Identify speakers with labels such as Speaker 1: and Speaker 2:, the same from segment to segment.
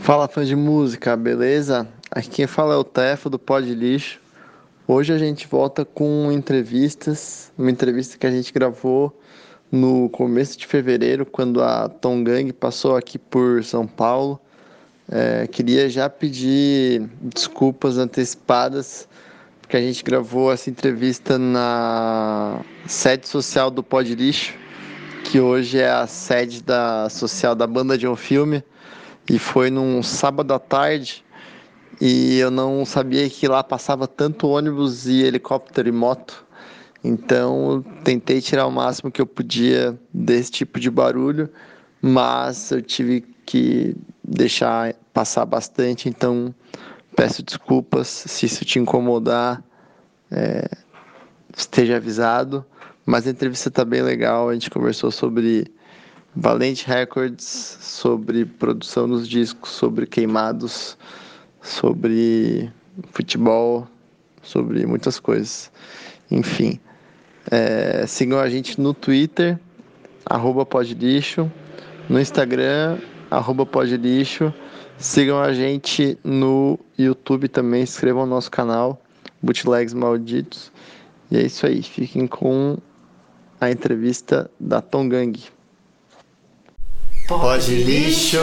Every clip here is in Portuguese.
Speaker 1: Fala fã de música, beleza? Aqui quem fala é o Tefo do Pod Lixo. Hoje a gente volta com entrevistas, uma entrevista que a gente gravou no começo de fevereiro, quando a Tom Gang passou aqui por São Paulo. É, queria já pedir desculpas antecipadas, porque a gente gravou essa entrevista na sede social do Pod Lixo, que hoje é a sede da social da banda de um filme e foi num sábado à tarde e eu não sabia que lá passava tanto ônibus e helicóptero e moto. Então tentei tirar o máximo que eu podia desse tipo de barulho, mas eu tive que deixar passar bastante, então peço desculpas se isso te incomodar, é, esteja avisado. Mas a entrevista está bem legal, a gente conversou sobre Valente Records sobre produção dos discos, sobre queimados, sobre futebol, sobre muitas coisas. Enfim, é, sigam a gente no Twitter, arroba podlixo, no Instagram, arroba podlixo, sigam a gente no YouTube também, inscrevam o nosso canal, Bootlegs Malditos. E é isso aí, fiquem com a entrevista da Tom Gang.
Speaker 2: Pode lixo!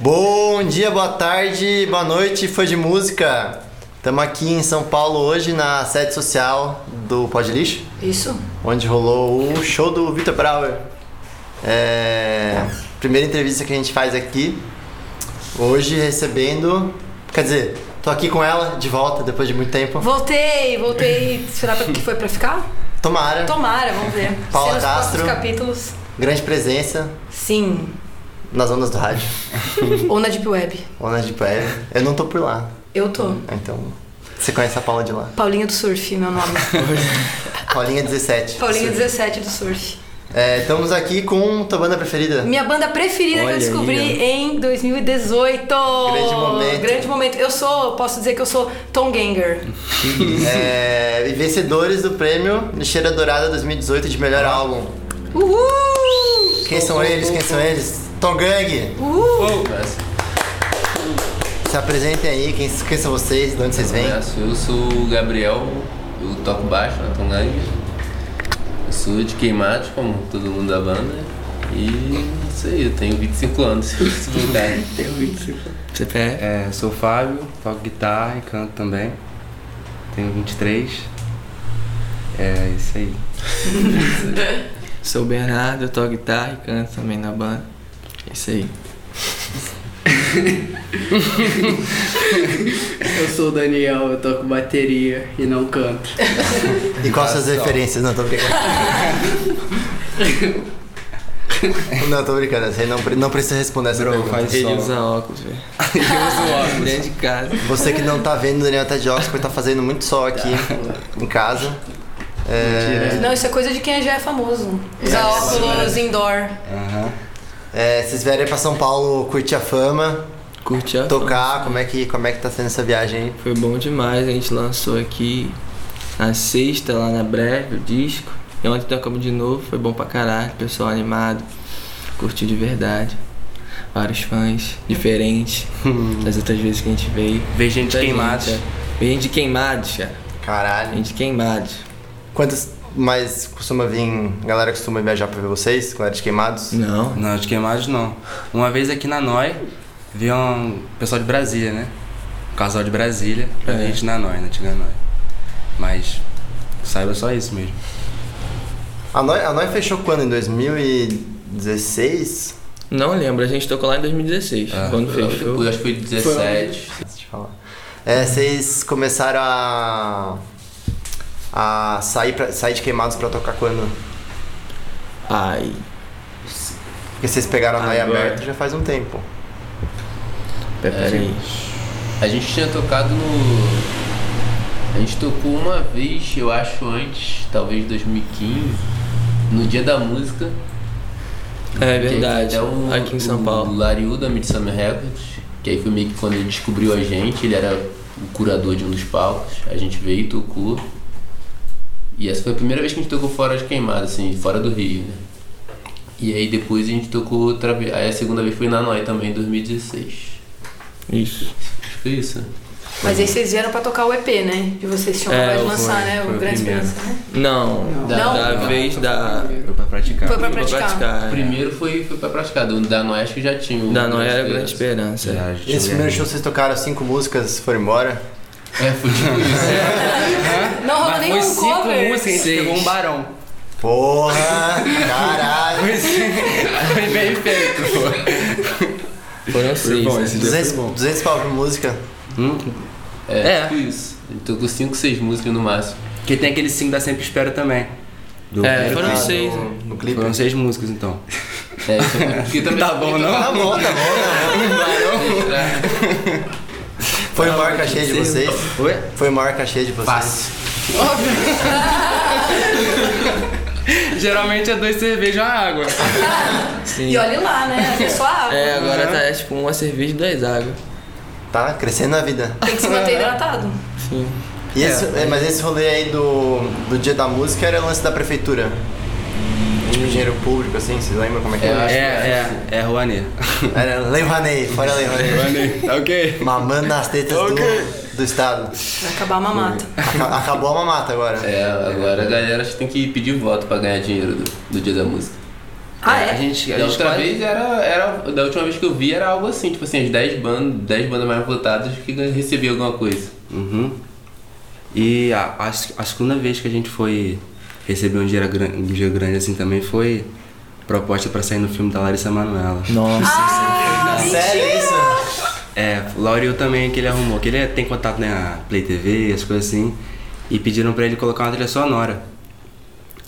Speaker 2: Bom dia, boa tarde, boa noite, fã de música! Estamos aqui em São Paulo hoje na sede social do Pode Lixo,
Speaker 3: Isso.
Speaker 2: onde rolou o show do Vitor Brauer. É, Primeira entrevista que a gente faz aqui. Hoje recebendo. Quer dizer, tô aqui com ela de volta depois de muito tempo.
Speaker 3: Voltei, voltei. Será que foi pra ficar?
Speaker 2: Tomara,
Speaker 3: Tomara, vamos ver.
Speaker 2: Paula
Speaker 3: Cenas dos
Speaker 2: Castro.
Speaker 3: próximos capítulos.
Speaker 2: grande presença
Speaker 3: Sim.
Speaker 2: nas ondas do rádio.
Speaker 3: Ou na Deep Web.
Speaker 2: Ou na Deep Web. Eu não tô por lá,
Speaker 3: Eu tô.
Speaker 2: então. Você conhece a Paula de lá.
Speaker 3: Paulinha do Surf, meu nome.
Speaker 2: Paulinha 17.
Speaker 3: Paulinha 17 do Surf.
Speaker 2: É, estamos aqui com tua banda preferida.
Speaker 3: Minha banda preferida que
Speaker 4: Olha
Speaker 3: eu descobri
Speaker 4: aí,
Speaker 3: em 2018. Grande
Speaker 2: momento.
Speaker 3: Grande momento. Eu sou, posso dizer que eu sou Tom Ganger.
Speaker 2: É, e vencedores do prêmio Lixeira Dourada 2018 de melhor álbum.
Speaker 3: Uhul!
Speaker 2: Quem são eles? Quem são eles? Tom Gang!
Speaker 3: Uhul!
Speaker 2: Se apresentem aí, quem, quem são vocês, de onde vocês vêm?
Speaker 4: Abraço, Eu sou o Gabriel, eu toco baixo na Tongang. Eu sou de Queimados, como todo mundo da banda. E é isso aí, eu tenho 25 anos, se você perguntar. tenho 25 anos.
Speaker 5: CPF.
Speaker 6: É, sou o Fábio, toco guitarra e canto também. Tenho 23. É isso aí.
Speaker 5: Sou o Bernardo, eu toco guitarra e canto também na banda. É Isso aí.
Speaker 7: Eu sou o Daniel, eu toco bateria e não canto.
Speaker 2: E quais suas
Speaker 6: Tá, só.
Speaker 2: referências? Não, tô brincando. não, tô brincando. Você não, pre- não precisa responder essa pergunta.
Speaker 6: faz
Speaker 5: Ele
Speaker 6: Só.
Speaker 5: usa óculos, velho. Ele usa óculos. Dentro de casa.
Speaker 2: Você que não tá vendo, o Daniel tá de óculos, porque tá fazendo muito sol aqui em casa. É,
Speaker 3: Não, isso é coisa de quem já é famoso. Usar
Speaker 2: É,
Speaker 3: óculos indoor.
Speaker 2: é, vocês vierem pra São Paulo curtir a fama,
Speaker 5: Curte a
Speaker 2: tocar, como é que, como é que tá sendo essa viagem aí?
Speaker 5: Foi bom demais, a gente lançou aqui na sexta, lá na breve, o disco. E ontem tocamos de novo, foi bom pra caralho, pessoal animado, curtiu de verdade. Vários fãs, diferente das outras vezes que a gente veio.
Speaker 6: Ver gente
Speaker 5: Muita
Speaker 6: queimada.
Speaker 5: gente, é. Veio gente de queimados, cara.
Speaker 2: Caralho.
Speaker 5: Gente de queimados.
Speaker 2: Quantas mais costuma vir, galera costuma viajar pra ver vocês, galera de queimados?
Speaker 5: Não,
Speaker 6: Não, de queimados não. Uma vez aqui na Noi, veio um pessoal de Brasília, né? Um casal de Brasília, pra
Speaker 5: É.
Speaker 6: ver gente na Noi, na antiga Noi. Mas saiba só isso mesmo.
Speaker 2: A Noi, a Noi fechou quando? Em 2016?
Speaker 5: não lembro, a gente tocou lá em 2016,
Speaker 6: Ah,
Speaker 5: quando
Speaker 4: Logo
Speaker 5: fechou.
Speaker 4: depois, acho que foi 17.
Speaker 2: Deixa eu falar. É, vocês começaram a. a sair, pra, sair de queimados pra tocar quando?
Speaker 5: Ai,
Speaker 2: Porque vocês pegaram a Noi
Speaker 5: Agora.
Speaker 2: aberta já faz um tempo.
Speaker 5: peraí.
Speaker 4: A gente tinha tocado no. A gente tocou uma vez, eu acho, antes, talvez 2015, no Dia da Música.
Speaker 5: É
Speaker 4: Que
Speaker 5: verdade,
Speaker 4: até um o-
Speaker 5: aqui em São Paulo.
Speaker 4: O Lariu da Midsummer Records, que aí foi meio que quando ele descobriu a gente, ele era o curador de um dos palcos. A gente veio e tocou. E essa foi a primeira vez que a gente tocou fora de queimada, assim, fora do Rio, né? E aí depois a gente tocou outra vez. Aí a segunda vez foi na Noi também, em 2016.
Speaker 5: Isso.
Speaker 4: Acho que foi isso.
Speaker 3: Mas aí vocês vieram pra tocar o EP, né? De vocês tinham
Speaker 5: É,
Speaker 3: acabado de
Speaker 5: foi-
Speaker 3: lançar, né?
Speaker 6: foi
Speaker 3: O
Speaker 6: o
Speaker 3: Grande
Speaker 6: primeiro.
Speaker 3: Esperança, né?
Speaker 5: Não, da,
Speaker 3: Não?
Speaker 5: da vez da.
Speaker 6: Foi pra praticar.
Speaker 3: Foi pra
Speaker 5: pra
Speaker 3: praticar.
Speaker 5: praticar. é.
Speaker 4: O primeiro foi, foi pra praticar, do da Noi acho que já tinha. um o
Speaker 5: Da Noé era
Speaker 4: Esperança.
Speaker 5: Grande Esperança. é.
Speaker 6: Já, já
Speaker 2: Esse
Speaker 6: tinha-
Speaker 2: primeiro show vocês tocaram cinco músicas, foram embora.
Speaker 4: É, foi tipo isso.
Speaker 3: Não rolou
Speaker 6: Mas foi
Speaker 3: nenhum
Speaker 6: cinco
Speaker 3: cover.
Speaker 6: músicas, a gente
Speaker 5: Seis.
Speaker 6: pegou um barão.
Speaker 2: Porra! Caralho!
Speaker 6: Foi bem feito, pô.
Speaker 5: Foram seis.
Speaker 6: bom
Speaker 5: né?
Speaker 6: esse dia.
Speaker 2: 200, 200 pau por música.
Speaker 4: É,
Speaker 5: É.
Speaker 4: tipo isso. A gente tocou 5, 6 músicas no máximo.
Speaker 6: Porque tem aquele single da Sempre Espero também. Do
Speaker 5: É,
Speaker 6: primeiro
Speaker 5: foram
Speaker 6: clipe.
Speaker 5: seis, né?
Speaker 2: No clipe.
Speaker 6: Foram seis músicas, então.
Speaker 4: É, isso foi porque também.
Speaker 6: Tá bom, não?
Speaker 2: Tá bom, tá bom, tá
Speaker 4: não?
Speaker 2: bom. Foi o maior cachê de vocês?
Speaker 6: Oi?
Speaker 2: Foi o maior cachê de vocês?
Speaker 4: Fácil.
Speaker 6: Geralmente é dois cervejas e uma água.
Speaker 5: Sim.
Speaker 3: E olhe lá, né? É só água.
Speaker 5: É, agora tá é, tipo uma cerveja e duas águas.
Speaker 2: Tá crescendo na vida.
Speaker 3: Tem que se manter hidratado.
Speaker 5: Sim.
Speaker 2: E esse- é, mas esse rolê aí do, do dia da música era lance da prefeitura. Tipo, dinheiro público, assim, vocês lembram como é que
Speaker 4: É, eu
Speaker 2: era?
Speaker 4: acho
Speaker 6: É,
Speaker 4: que
Speaker 6: é, é Rouanet.
Speaker 2: Era Lei Rouanet, fora Lei Rouanet.
Speaker 6: Rouanet, tá ok?
Speaker 2: Mamando nas tetas
Speaker 6: Ok.
Speaker 2: do, do Estado.
Speaker 3: Vai acabar a mamata.
Speaker 2: Aca- Acabou a mamata agora.
Speaker 4: É, agora a galera acho que tem que pedir voto pra ganhar dinheiro do, do dia da música.
Speaker 3: Ah,
Speaker 6: A
Speaker 3: é?
Speaker 6: gente, a
Speaker 4: da
Speaker 6: gente
Speaker 4: outra
Speaker 6: quase-
Speaker 4: vez era, era. Da última vez que eu vi era algo assim, tipo assim, as 10 bandas, 10 bandas mais votadas que gan- recebiam alguma coisa.
Speaker 6: Uhum. E a, a, a segunda vez que a gente foi receber um dinheiro, gran- um dinheiro grande assim também foi proposta pra sair no filme da Larissa Manoela.
Speaker 5: Nossa.
Speaker 2: Sério isso?
Speaker 6: É, o Lauril também que ele arrumou, que ele tem contato né, na Play TV, as coisas assim, e pediram pra ele colocar uma trilha sonora.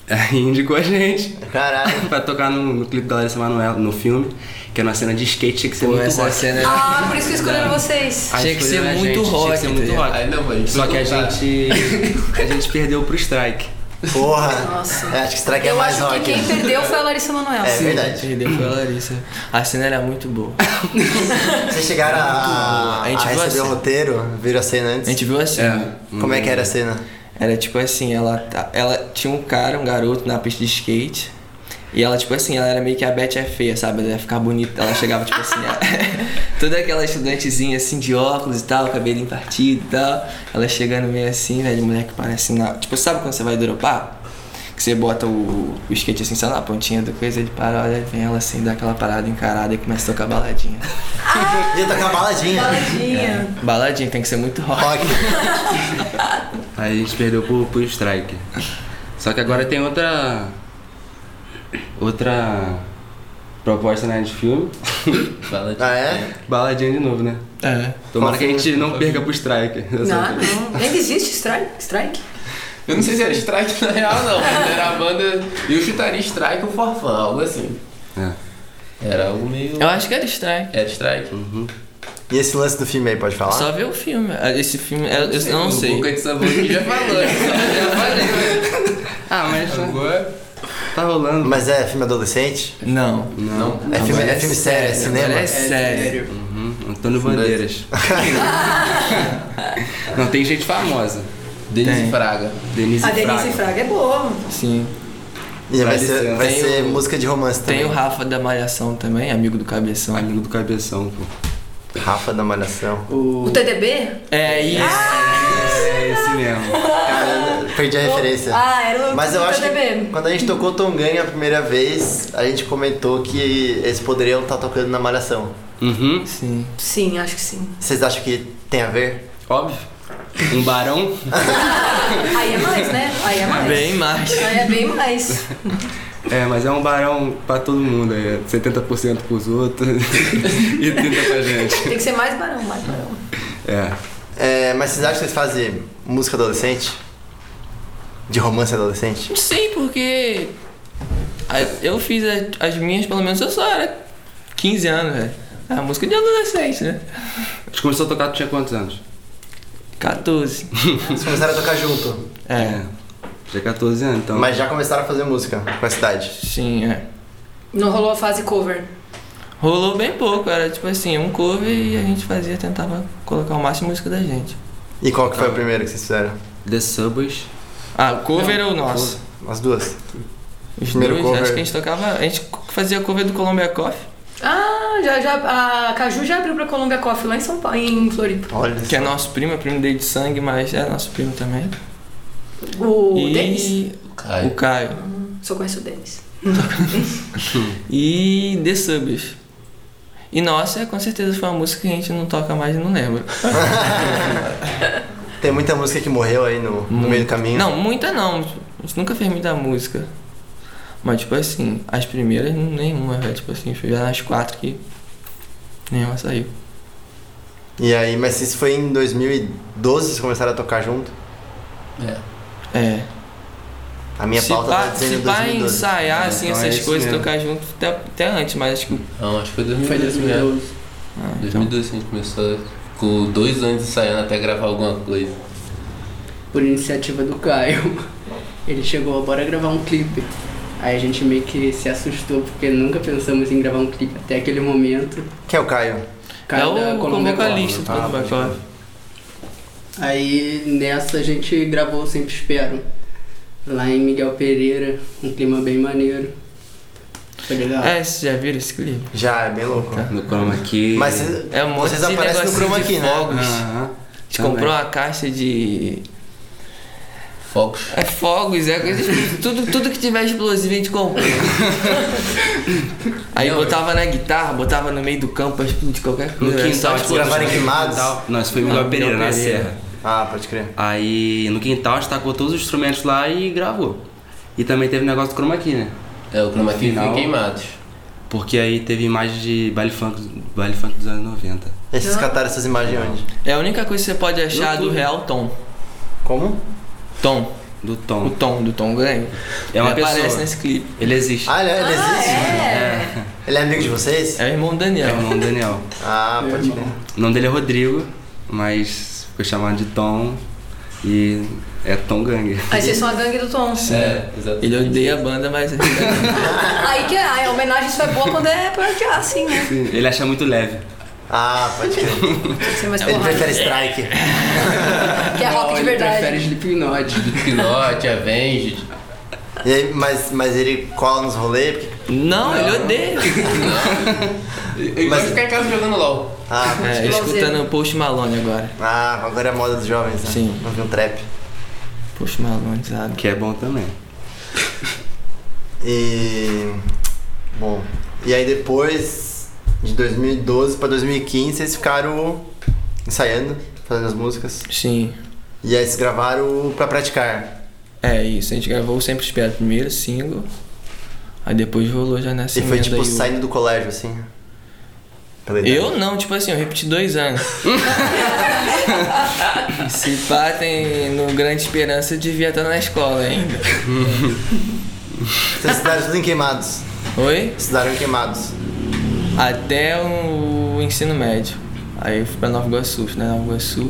Speaker 6: Aí indicou a gente
Speaker 2: Caralho.
Speaker 6: pra tocar no, no clipe da Larissa Manoela, no filme, que era uma cena de skate, tinha que ser
Speaker 5: Pô,
Speaker 6: muito
Speaker 5: essa
Speaker 6: rock.
Speaker 5: cena.
Speaker 3: Ah, por isso que escolheram vocês.
Speaker 6: Aí
Speaker 5: Tinha que ser
Speaker 6: escolheram a
Speaker 5: muito
Speaker 6: gente,
Speaker 5: rock,
Speaker 6: Tinha que ser muito
Speaker 5: entendeu?
Speaker 6: rock.
Speaker 4: Aí não, mas
Speaker 6: Só que a
Speaker 4: votar.
Speaker 6: gente, a gente perdeu pro Strike.
Speaker 2: Porra.
Speaker 3: Nossa.
Speaker 2: É, acho que estraguei
Speaker 3: Eu
Speaker 2: mais
Speaker 3: acho que
Speaker 2: rock. né?
Speaker 3: quem perdeu foi a Larissa Manoel.
Speaker 2: É.
Speaker 5: Sim,
Speaker 2: verdade.
Speaker 5: Perdeu foi a Larissa. A cena era muito boa.
Speaker 2: Vocês chegaram a,
Speaker 5: A gente
Speaker 2: a
Speaker 5: viu a
Speaker 2: receber o
Speaker 5: cena.
Speaker 2: roteiro, viram a cena antes?
Speaker 5: A gente viu assim.
Speaker 2: Como é que era a cena?
Speaker 5: Era tipo assim, ela, tá- ela tinha um cara, um garoto na pista de skate. E ela, tipo assim, ela era meio que a Betty é feia, sabe? Ela ia ficar bonita. Ela chegava, tipo assim, ela- toda aquela estudantezinha, assim, de óculos e tal, cabelinho partido e tal. Ela chegando meio assim, velho, mulher que parece na. Tipo, sabe quando você vai dropar? Que você bota o, o skate assim, sei lá, na pontinha da coisa, ele para, olha, vem ela assim, dá aquela parada encarada e começa a tocar baladinha.
Speaker 2: Ia tocar tá baladinha.
Speaker 5: É.
Speaker 3: Baladinha.
Speaker 5: Baladinha tem que ser muito rock.
Speaker 2: Rock.
Speaker 6: Aí a gente perdeu pro, pro strike. Só que agora tem outra. Outra proposta né, de filme.
Speaker 4: Fala de-
Speaker 2: Ah, é?
Speaker 6: Baladinha de novo, né?
Speaker 5: É.
Speaker 6: Tomara que a gente não perca pro strike. é dessa
Speaker 3: Não,
Speaker 6: vez.
Speaker 3: não. Ainda existe strike? Strike?
Speaker 4: Eu não sei se era strike na real, não, mas era a banda. Eu chutaria strike ou forfã, algo assim.
Speaker 6: É.
Speaker 4: Era algo meio.
Speaker 5: Eu acho que era strike.
Speaker 4: Era strike.
Speaker 2: E esse lance do filme aí, pode falar?
Speaker 5: Só ver o filme. Ah, Esse filme, eu, eu não
Speaker 4: O
Speaker 5: sei.
Speaker 4: Boca de Sabor que já falou. já falei.
Speaker 6: Ah, mas tá-
Speaker 4: Agora.
Speaker 6: tá rolando.
Speaker 2: Mas é filme adolescente?
Speaker 5: Não.
Speaker 4: Não.
Speaker 2: É filme, é filme sério, é
Speaker 5: Agora
Speaker 2: cinema?
Speaker 5: é sério.
Speaker 6: Uhum, Antônio Bandeiras. não, tem gente famosa.
Speaker 4: Denise
Speaker 5: Tem.
Speaker 4: Fraga.
Speaker 6: Ah, Denise,
Speaker 3: A Denise
Speaker 6: Fraga.
Speaker 3: Fraga é boa.
Speaker 5: Sim.
Speaker 2: E vai ser,
Speaker 6: Tem
Speaker 2: vai ser
Speaker 5: o-
Speaker 2: música de romance também.
Speaker 5: Tem o Rafa da Malhação também, amigo do Cabeção.
Speaker 6: Amigo do cabeção, pô.
Speaker 2: Rafa da Malhação.
Speaker 3: O TDB?
Speaker 5: É isso.
Speaker 6: Ah! É esse mesmo.
Speaker 2: Cara, eu perdi a referência.
Speaker 3: Ah, era o
Speaker 2: Mas eu acho que
Speaker 3: TDB.
Speaker 2: quando a gente tocou Tonganha a primeira vez, a gente comentou que eles poderiam estar tocando na Malhação.
Speaker 6: Uhum.
Speaker 5: Sim.
Speaker 3: Sim, acho que sim.
Speaker 2: Vocês acham que tem a ver?
Speaker 6: Óbvio. Um barão.
Speaker 3: Aí é mais, né? Aí é mais.
Speaker 5: Bem mais.
Speaker 3: Aí é bem mais.
Speaker 6: É, mas é um barão pra todo mundo, é 70% pros outros e 30% pra gente.
Speaker 3: Tem que ser mais barão, mais barão.
Speaker 6: É.
Speaker 2: É, mas vocês acham que vocês fazem música adolescente? De romance adolescente?
Speaker 5: Não sei porque. a- Eu fiz a- as minhas, pelo menos eu só era 15 anos, velho. A música de adolescente, né?
Speaker 6: A gente começou a tocar, tu tinha quantos anos?
Speaker 5: 14.
Speaker 2: Vocês começaram a tocar junto,
Speaker 5: É.
Speaker 6: Tinha 14 anos, então.
Speaker 2: mas já começaram a fazer música com a cidade.
Speaker 5: Sim, é.
Speaker 3: Não rolou a fase cover.
Speaker 5: Rolou bem pouco, era tipo assim, um cover e a gente fazia, tentava colocar o máximo de música da gente.
Speaker 2: E qual que foi o primeiro que vocês fizeram?
Speaker 6: The Subways.
Speaker 5: Ah, cover ou nosso?
Speaker 2: As duas.
Speaker 5: Os
Speaker 2: Primeiro
Speaker 5: dois,
Speaker 2: cover.
Speaker 5: acho que a gente tocava. A gente fazia cover do Columbia Coffee,
Speaker 3: Ah, já, já, a Caju já abriu pra Colômbia Coffee lá em São Paulo, em Floripa.
Speaker 2: Olha
Speaker 5: que é
Speaker 2: só.
Speaker 5: nosso primo, é primo dele de sangue, mas é nosso primo também.
Speaker 3: O
Speaker 5: e
Speaker 3: Denis?
Speaker 4: Caio.
Speaker 5: o Caio.
Speaker 3: Só conheço o Denis.
Speaker 5: E The Subs. E nossa, com certeza foi uma música que a gente não toca mais e não lembra.
Speaker 2: Tem muita música que morreu aí no, no meio do caminho.
Speaker 5: Não, muita não. A gente nunca fez muita música. Mas tipo assim, as primeiras nenhuma, velho. Tipo assim, já nas quatro que nenhuma saiu.
Speaker 2: E aí, mas isso foi em 2012 vocês começaram a tocar junto?
Speaker 4: É.
Speaker 5: É.
Speaker 2: A minha
Speaker 5: se
Speaker 2: pauta
Speaker 5: pá,
Speaker 2: tá
Speaker 5: se
Speaker 2: dizendo
Speaker 5: pá
Speaker 2: 2012.
Speaker 5: ensaiar assim,
Speaker 6: Então é
Speaker 5: essas
Speaker 6: isso
Speaker 5: coisas,
Speaker 6: mesmo.
Speaker 5: tocar junto até, até antes, mas acho que.
Speaker 4: Não, acho que foi
Speaker 7: Foi
Speaker 4: 2012 mesmo.
Speaker 7: 2012.
Speaker 5: Ah, então.
Speaker 4: 2012 a gente começou com dois anos ensaiando até gravar alguma coisa.
Speaker 7: por iniciativa do Caio. Ele chegou, bora gravar um clipe. Aí a gente meio que se assustou porque nunca pensamos em gravar um clipe até aquele momento.
Speaker 2: Que é o Caio.
Speaker 5: É
Speaker 7: Caio da
Speaker 5: o como
Speaker 7: Colômbia
Speaker 5: vocalista do
Speaker 6: Coffee, tá?
Speaker 5: Columbia Coffee.
Speaker 7: Coffee. Aí nessa a gente gravou o Sempre Espero. Lá em Miguel Pereira, um clima bem maneiro. Foi legal.
Speaker 5: É, vocês já viram esse clipe?
Speaker 2: Já, é bem louco.
Speaker 6: No Chroma Key.
Speaker 2: Mas vocês-
Speaker 5: É um monte
Speaker 2: vocês
Speaker 5: de
Speaker 2: aparecem no
Speaker 5: negocinho
Speaker 2: chroma
Speaker 5: de
Speaker 2: key, né?
Speaker 5: fogos. A
Speaker 6: Aham.
Speaker 5: gente
Speaker 6: Também.
Speaker 5: comprou uma caixa de.
Speaker 4: Focos.
Speaker 5: É fogos, é coisa. Tudo, tudo que tiver explosivo a gente comprou. Aí botava na guitarra, botava no meio do campo, pra explodir qualquer
Speaker 6: No
Speaker 5: coisa. era
Speaker 6: quintal,
Speaker 5: só
Speaker 6: tipo,
Speaker 5: explodir.
Speaker 2: gravarem queimados?
Speaker 6: Não, isso foi em
Speaker 5: Não,
Speaker 6: Miguel Pereira, na
Speaker 5: Pereira.
Speaker 6: Serra.
Speaker 2: Ah, pode crer.
Speaker 6: Aí no quintal a gente tacou todos os instrumentos lá e gravou. E também teve negócio do chroma key, né?
Speaker 4: É, o chroma key
Speaker 6: final-
Speaker 4: foi queimados.
Speaker 6: Porque aí teve imagem de baile funk, baile funk dos anos 90.
Speaker 2: E vocês cataram essas imagens onde?
Speaker 6: tipo.
Speaker 5: É a única coisa que você pode achar do
Speaker 6: YouTube.
Speaker 5: real tom.
Speaker 2: Como?
Speaker 5: Tom.
Speaker 6: Do
Speaker 5: O
Speaker 6: Tom.
Speaker 5: tom do Tom Grande.
Speaker 6: É uma
Speaker 5: Ele aparece né?
Speaker 6: pessoa.
Speaker 5: nesse clipe.
Speaker 6: Ele existe.
Speaker 2: Ah, ele, ele existe?
Speaker 3: é?
Speaker 2: Ele é amigo de vocês?
Speaker 5: É o irmão do
Speaker 6: É o
Speaker 5: Daniel.
Speaker 6: nome do Daniel.
Speaker 2: Ah,
Speaker 7: Meu
Speaker 2: pode
Speaker 7: irmão.
Speaker 2: crer.
Speaker 6: O nome dele é Rodrigo, mas ficou chamado de Tom e é Tom Gang.
Speaker 3: Aí vocês são a gangue do Tom.
Speaker 4: É, exatamente.
Speaker 5: Ele odeia a banda, mas. é
Speaker 3: Aí que aí a homenagem só é boa quando é pra odiar, assim, né?
Speaker 6: Ele acha muito leve.
Speaker 2: Ah, pode crer.
Speaker 3: Tem que ser mais
Speaker 2: É, Ele
Speaker 3: porrada.
Speaker 2: prefere strike.
Speaker 3: Que é rock de
Speaker 7: ele prefere
Speaker 3: verdade.
Speaker 7: Slipknot.
Speaker 4: Pinote, é Avenged.
Speaker 2: E aí, mas, mas ele cola nos rolês? Porque...
Speaker 5: Não, ele odeia.
Speaker 4: Ele
Speaker 2: Mas-
Speaker 4: vai É ficar em casa jogando LOL.
Speaker 2: Ah, pode
Speaker 5: É,
Speaker 2: crer.
Speaker 5: escutando o Post Malone agora.
Speaker 2: Ah, agora é a moda dos jovens, né?
Speaker 5: Sim.
Speaker 2: Não vi um trap.
Speaker 5: Post Malone, sabe?
Speaker 6: Que é bom também.
Speaker 2: E. Bom. E aí depois de 2012 pra 2015 vocês ficaram ensaiando, fazendo as músicas.
Speaker 5: Sim.
Speaker 2: E aí vocês gravaram o pra praticar.
Speaker 5: É isso, a gente gravou o Sempre Espera primeiro, single. Aí depois rolou já nessa
Speaker 2: E foi
Speaker 5: emenda
Speaker 2: tipo
Speaker 5: aí é o-
Speaker 2: saindo do colégio, assim. Pela idade.
Speaker 5: Eu não, tipo assim, eu repeti dois anos. Se pá, tem no Grande Esperança, eu devia estar na escola ainda.
Speaker 2: Vocês estudaram tudo em queimados.
Speaker 5: Oi?
Speaker 2: Estudaram em queimados.
Speaker 5: Até o ensino médio. Aí eu fui pra Nova Iguaçu, né? Nova Iguaçu.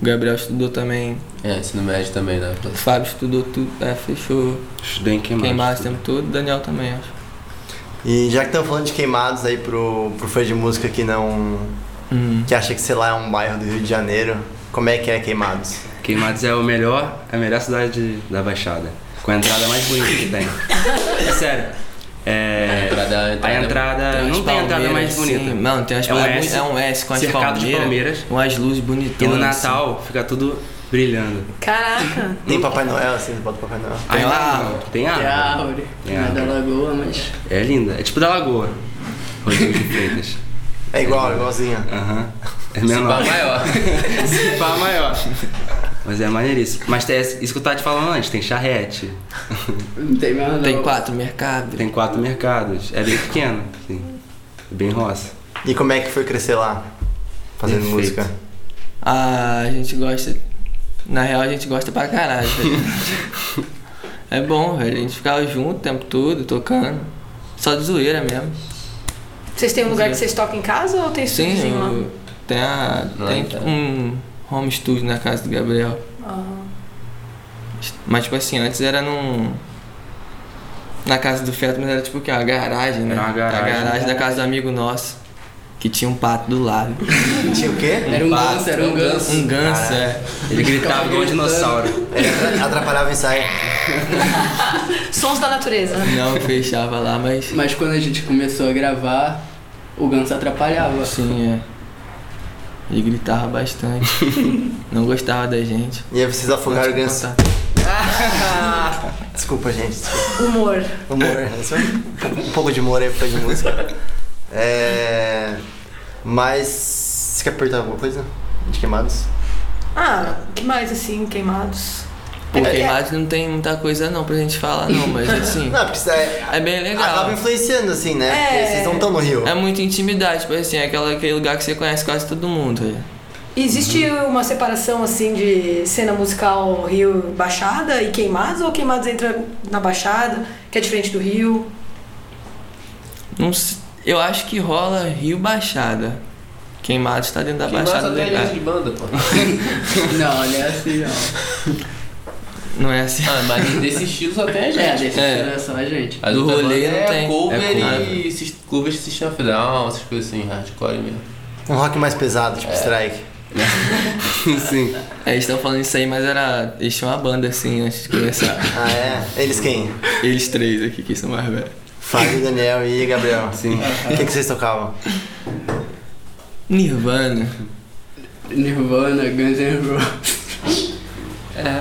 Speaker 5: O Gabriel estudou também,
Speaker 4: É, ensino médio também, né?
Speaker 5: o Fábio estudou tudo, é, fechou.
Speaker 6: Estudei em queimado.
Speaker 5: Queimar esse tempo todo, o Daniel também, acho.
Speaker 2: E já que estão falando de queimados aí pro, pro fã de música que não.
Speaker 5: Hum.
Speaker 2: que acha que, sei lá, é um bairro do Rio de Janeiro, como é que é queimados?
Speaker 6: Queimados é o melhor, a melhor cidade de- da Baixada. Com a entrada mais bonita que tem. É sério. É,
Speaker 4: A entrada- a entrada-
Speaker 6: a entrada- É, não tem entrada mais bonita.
Speaker 5: Sim. Não, tem umas
Speaker 6: É um
Speaker 5: palmeiras.
Speaker 6: S,
Speaker 5: é um S com as
Speaker 6: cercado de
Speaker 5: palmeiras,
Speaker 6: palmeiras.
Speaker 5: Umas luzes assim.
Speaker 6: E
Speaker 5: bonitonas.
Speaker 6: no Natal fica tudo brilhando.
Speaker 3: Caraca.
Speaker 2: Tem Papai Noel, assim, você bota Papai Noel.
Speaker 5: Tem
Speaker 6: Ainda
Speaker 5: árvore.
Speaker 6: não, Tem
Speaker 7: É
Speaker 6: árvore.
Speaker 7: a árvore.
Speaker 6: É a
Speaker 7: Não é da
Speaker 6: árvore.
Speaker 7: lagoa, mas.
Speaker 6: É linda. É tipo da Lagoa. Rodrigo de Freitas.
Speaker 2: É igual, igualzinho.
Speaker 6: Aham. É
Speaker 4: Esse
Speaker 6: menor.
Speaker 4: bar maior.
Speaker 6: Se pá maior. Mas é maneiríssimo. Mas tem isso que eu tava te falando antes, tem charrete,
Speaker 7: Não tem mais não.
Speaker 5: Tem quatro mercados.
Speaker 6: tem quatro mercados. É bem pequeno, assim. É Bem roça.
Speaker 2: E como é que foi crescer lá? Fazendo
Speaker 6: Perfeito.
Speaker 2: música.
Speaker 5: Ah, a gente gosta. Na real, a gente gosta pra caralho. velho. é bom, velho. A gente ficava junto o tempo todo, tocando. Só de zoeira mesmo.
Speaker 3: Vocês têm um lugar que vocês tocam em casa ou tem
Speaker 5: Sim,
Speaker 3: estúdiozinho lá?
Speaker 5: o- tem, a,
Speaker 4: Não,
Speaker 6: é,
Speaker 5: tem
Speaker 4: tá.
Speaker 5: um home studio na casa do Gabriel.
Speaker 3: Ah,
Speaker 5: Mas, tipo assim, antes era num. Na casa do Feto, mas era tipo o quê? Uma garagem, né?
Speaker 6: Era uma garagem.
Speaker 5: A garagem da casa do amigo nosso. que tinha um pato do lado.
Speaker 2: Tinha o quê?
Speaker 7: Era um
Speaker 5: pato,
Speaker 7: ganso, era um ganso.
Speaker 5: Um ganso,
Speaker 6: Caralho.
Speaker 5: é.
Speaker 6: Ele gritava igual um dinossauro.
Speaker 2: É, Atrapalhava o ensaio.
Speaker 3: Sons da natureza.
Speaker 5: é. Não fechava lá, mas.
Speaker 7: Mas quando a gente começou a gravar, o ganso atrapalhava.
Speaker 5: Sim, é. Ele gritava bastante. Não gostava da gente.
Speaker 2: E aí vocês afogaram o ganso.
Speaker 5: Contar.
Speaker 2: Desculpa, gente. desculpa.
Speaker 3: Humor.
Speaker 2: Humor. né? Só Um pouco de humor aí pra de música. É... Mas. Você quer perguntar alguma coisa? De queimados?
Speaker 3: Ah, que mais assim, queimados?
Speaker 5: Pô,
Speaker 3: É que-
Speaker 5: queimados não tem muita coisa não pra gente falar, não, mas assim.
Speaker 2: Não, porque isso é,
Speaker 5: É bem legal.
Speaker 2: acaba influenciando, assim, né?
Speaker 3: É.
Speaker 2: Porque vocês não estão no Rio.
Speaker 5: É muita intimidade, tipo assim, é aquela, aquele lugar que você conhece quase todo mundo. é.
Speaker 3: Existe uma separação assim de cena musical Rio Baixada e Queimados ou Queimados entra na Baixada, que é diferente do Rio?
Speaker 5: Não se- eu acho que rola Rio Baixada. Queimados tá dentro da
Speaker 4: Queimados
Speaker 5: Baixada
Speaker 4: até
Speaker 5: legal.
Speaker 4: início de banda, pô.
Speaker 7: Não, não é assim não.
Speaker 5: Não é assim.
Speaker 4: Ah, mas desse estilo só tem a gente.
Speaker 7: É, desse
Speaker 5: É.
Speaker 7: é. é só a gente.
Speaker 4: A
Speaker 5: Do
Speaker 4: outra
Speaker 5: rolê
Speaker 4: banda
Speaker 5: não
Speaker 4: é
Speaker 5: tem.
Speaker 4: Cover
Speaker 5: É cover.
Speaker 4: e esses covers de System of a Down, essas coisas assim, hardcore mesmo.
Speaker 2: Um rock mais pesado, tipo strike.
Speaker 6: Sim.
Speaker 5: É, eles estão falando isso aí, mas era. Eles tinham uma banda assim antes de começar.
Speaker 2: Ah, é? Eles quem?
Speaker 5: eles três aqui que são mais velhos.
Speaker 2: Fábio, Daniel e Gabriel.
Speaker 6: Sim.
Speaker 2: O que, que vocês tocavam?
Speaker 5: Nirvana.
Speaker 7: Nirvana, Guns N' Roses.
Speaker 6: É.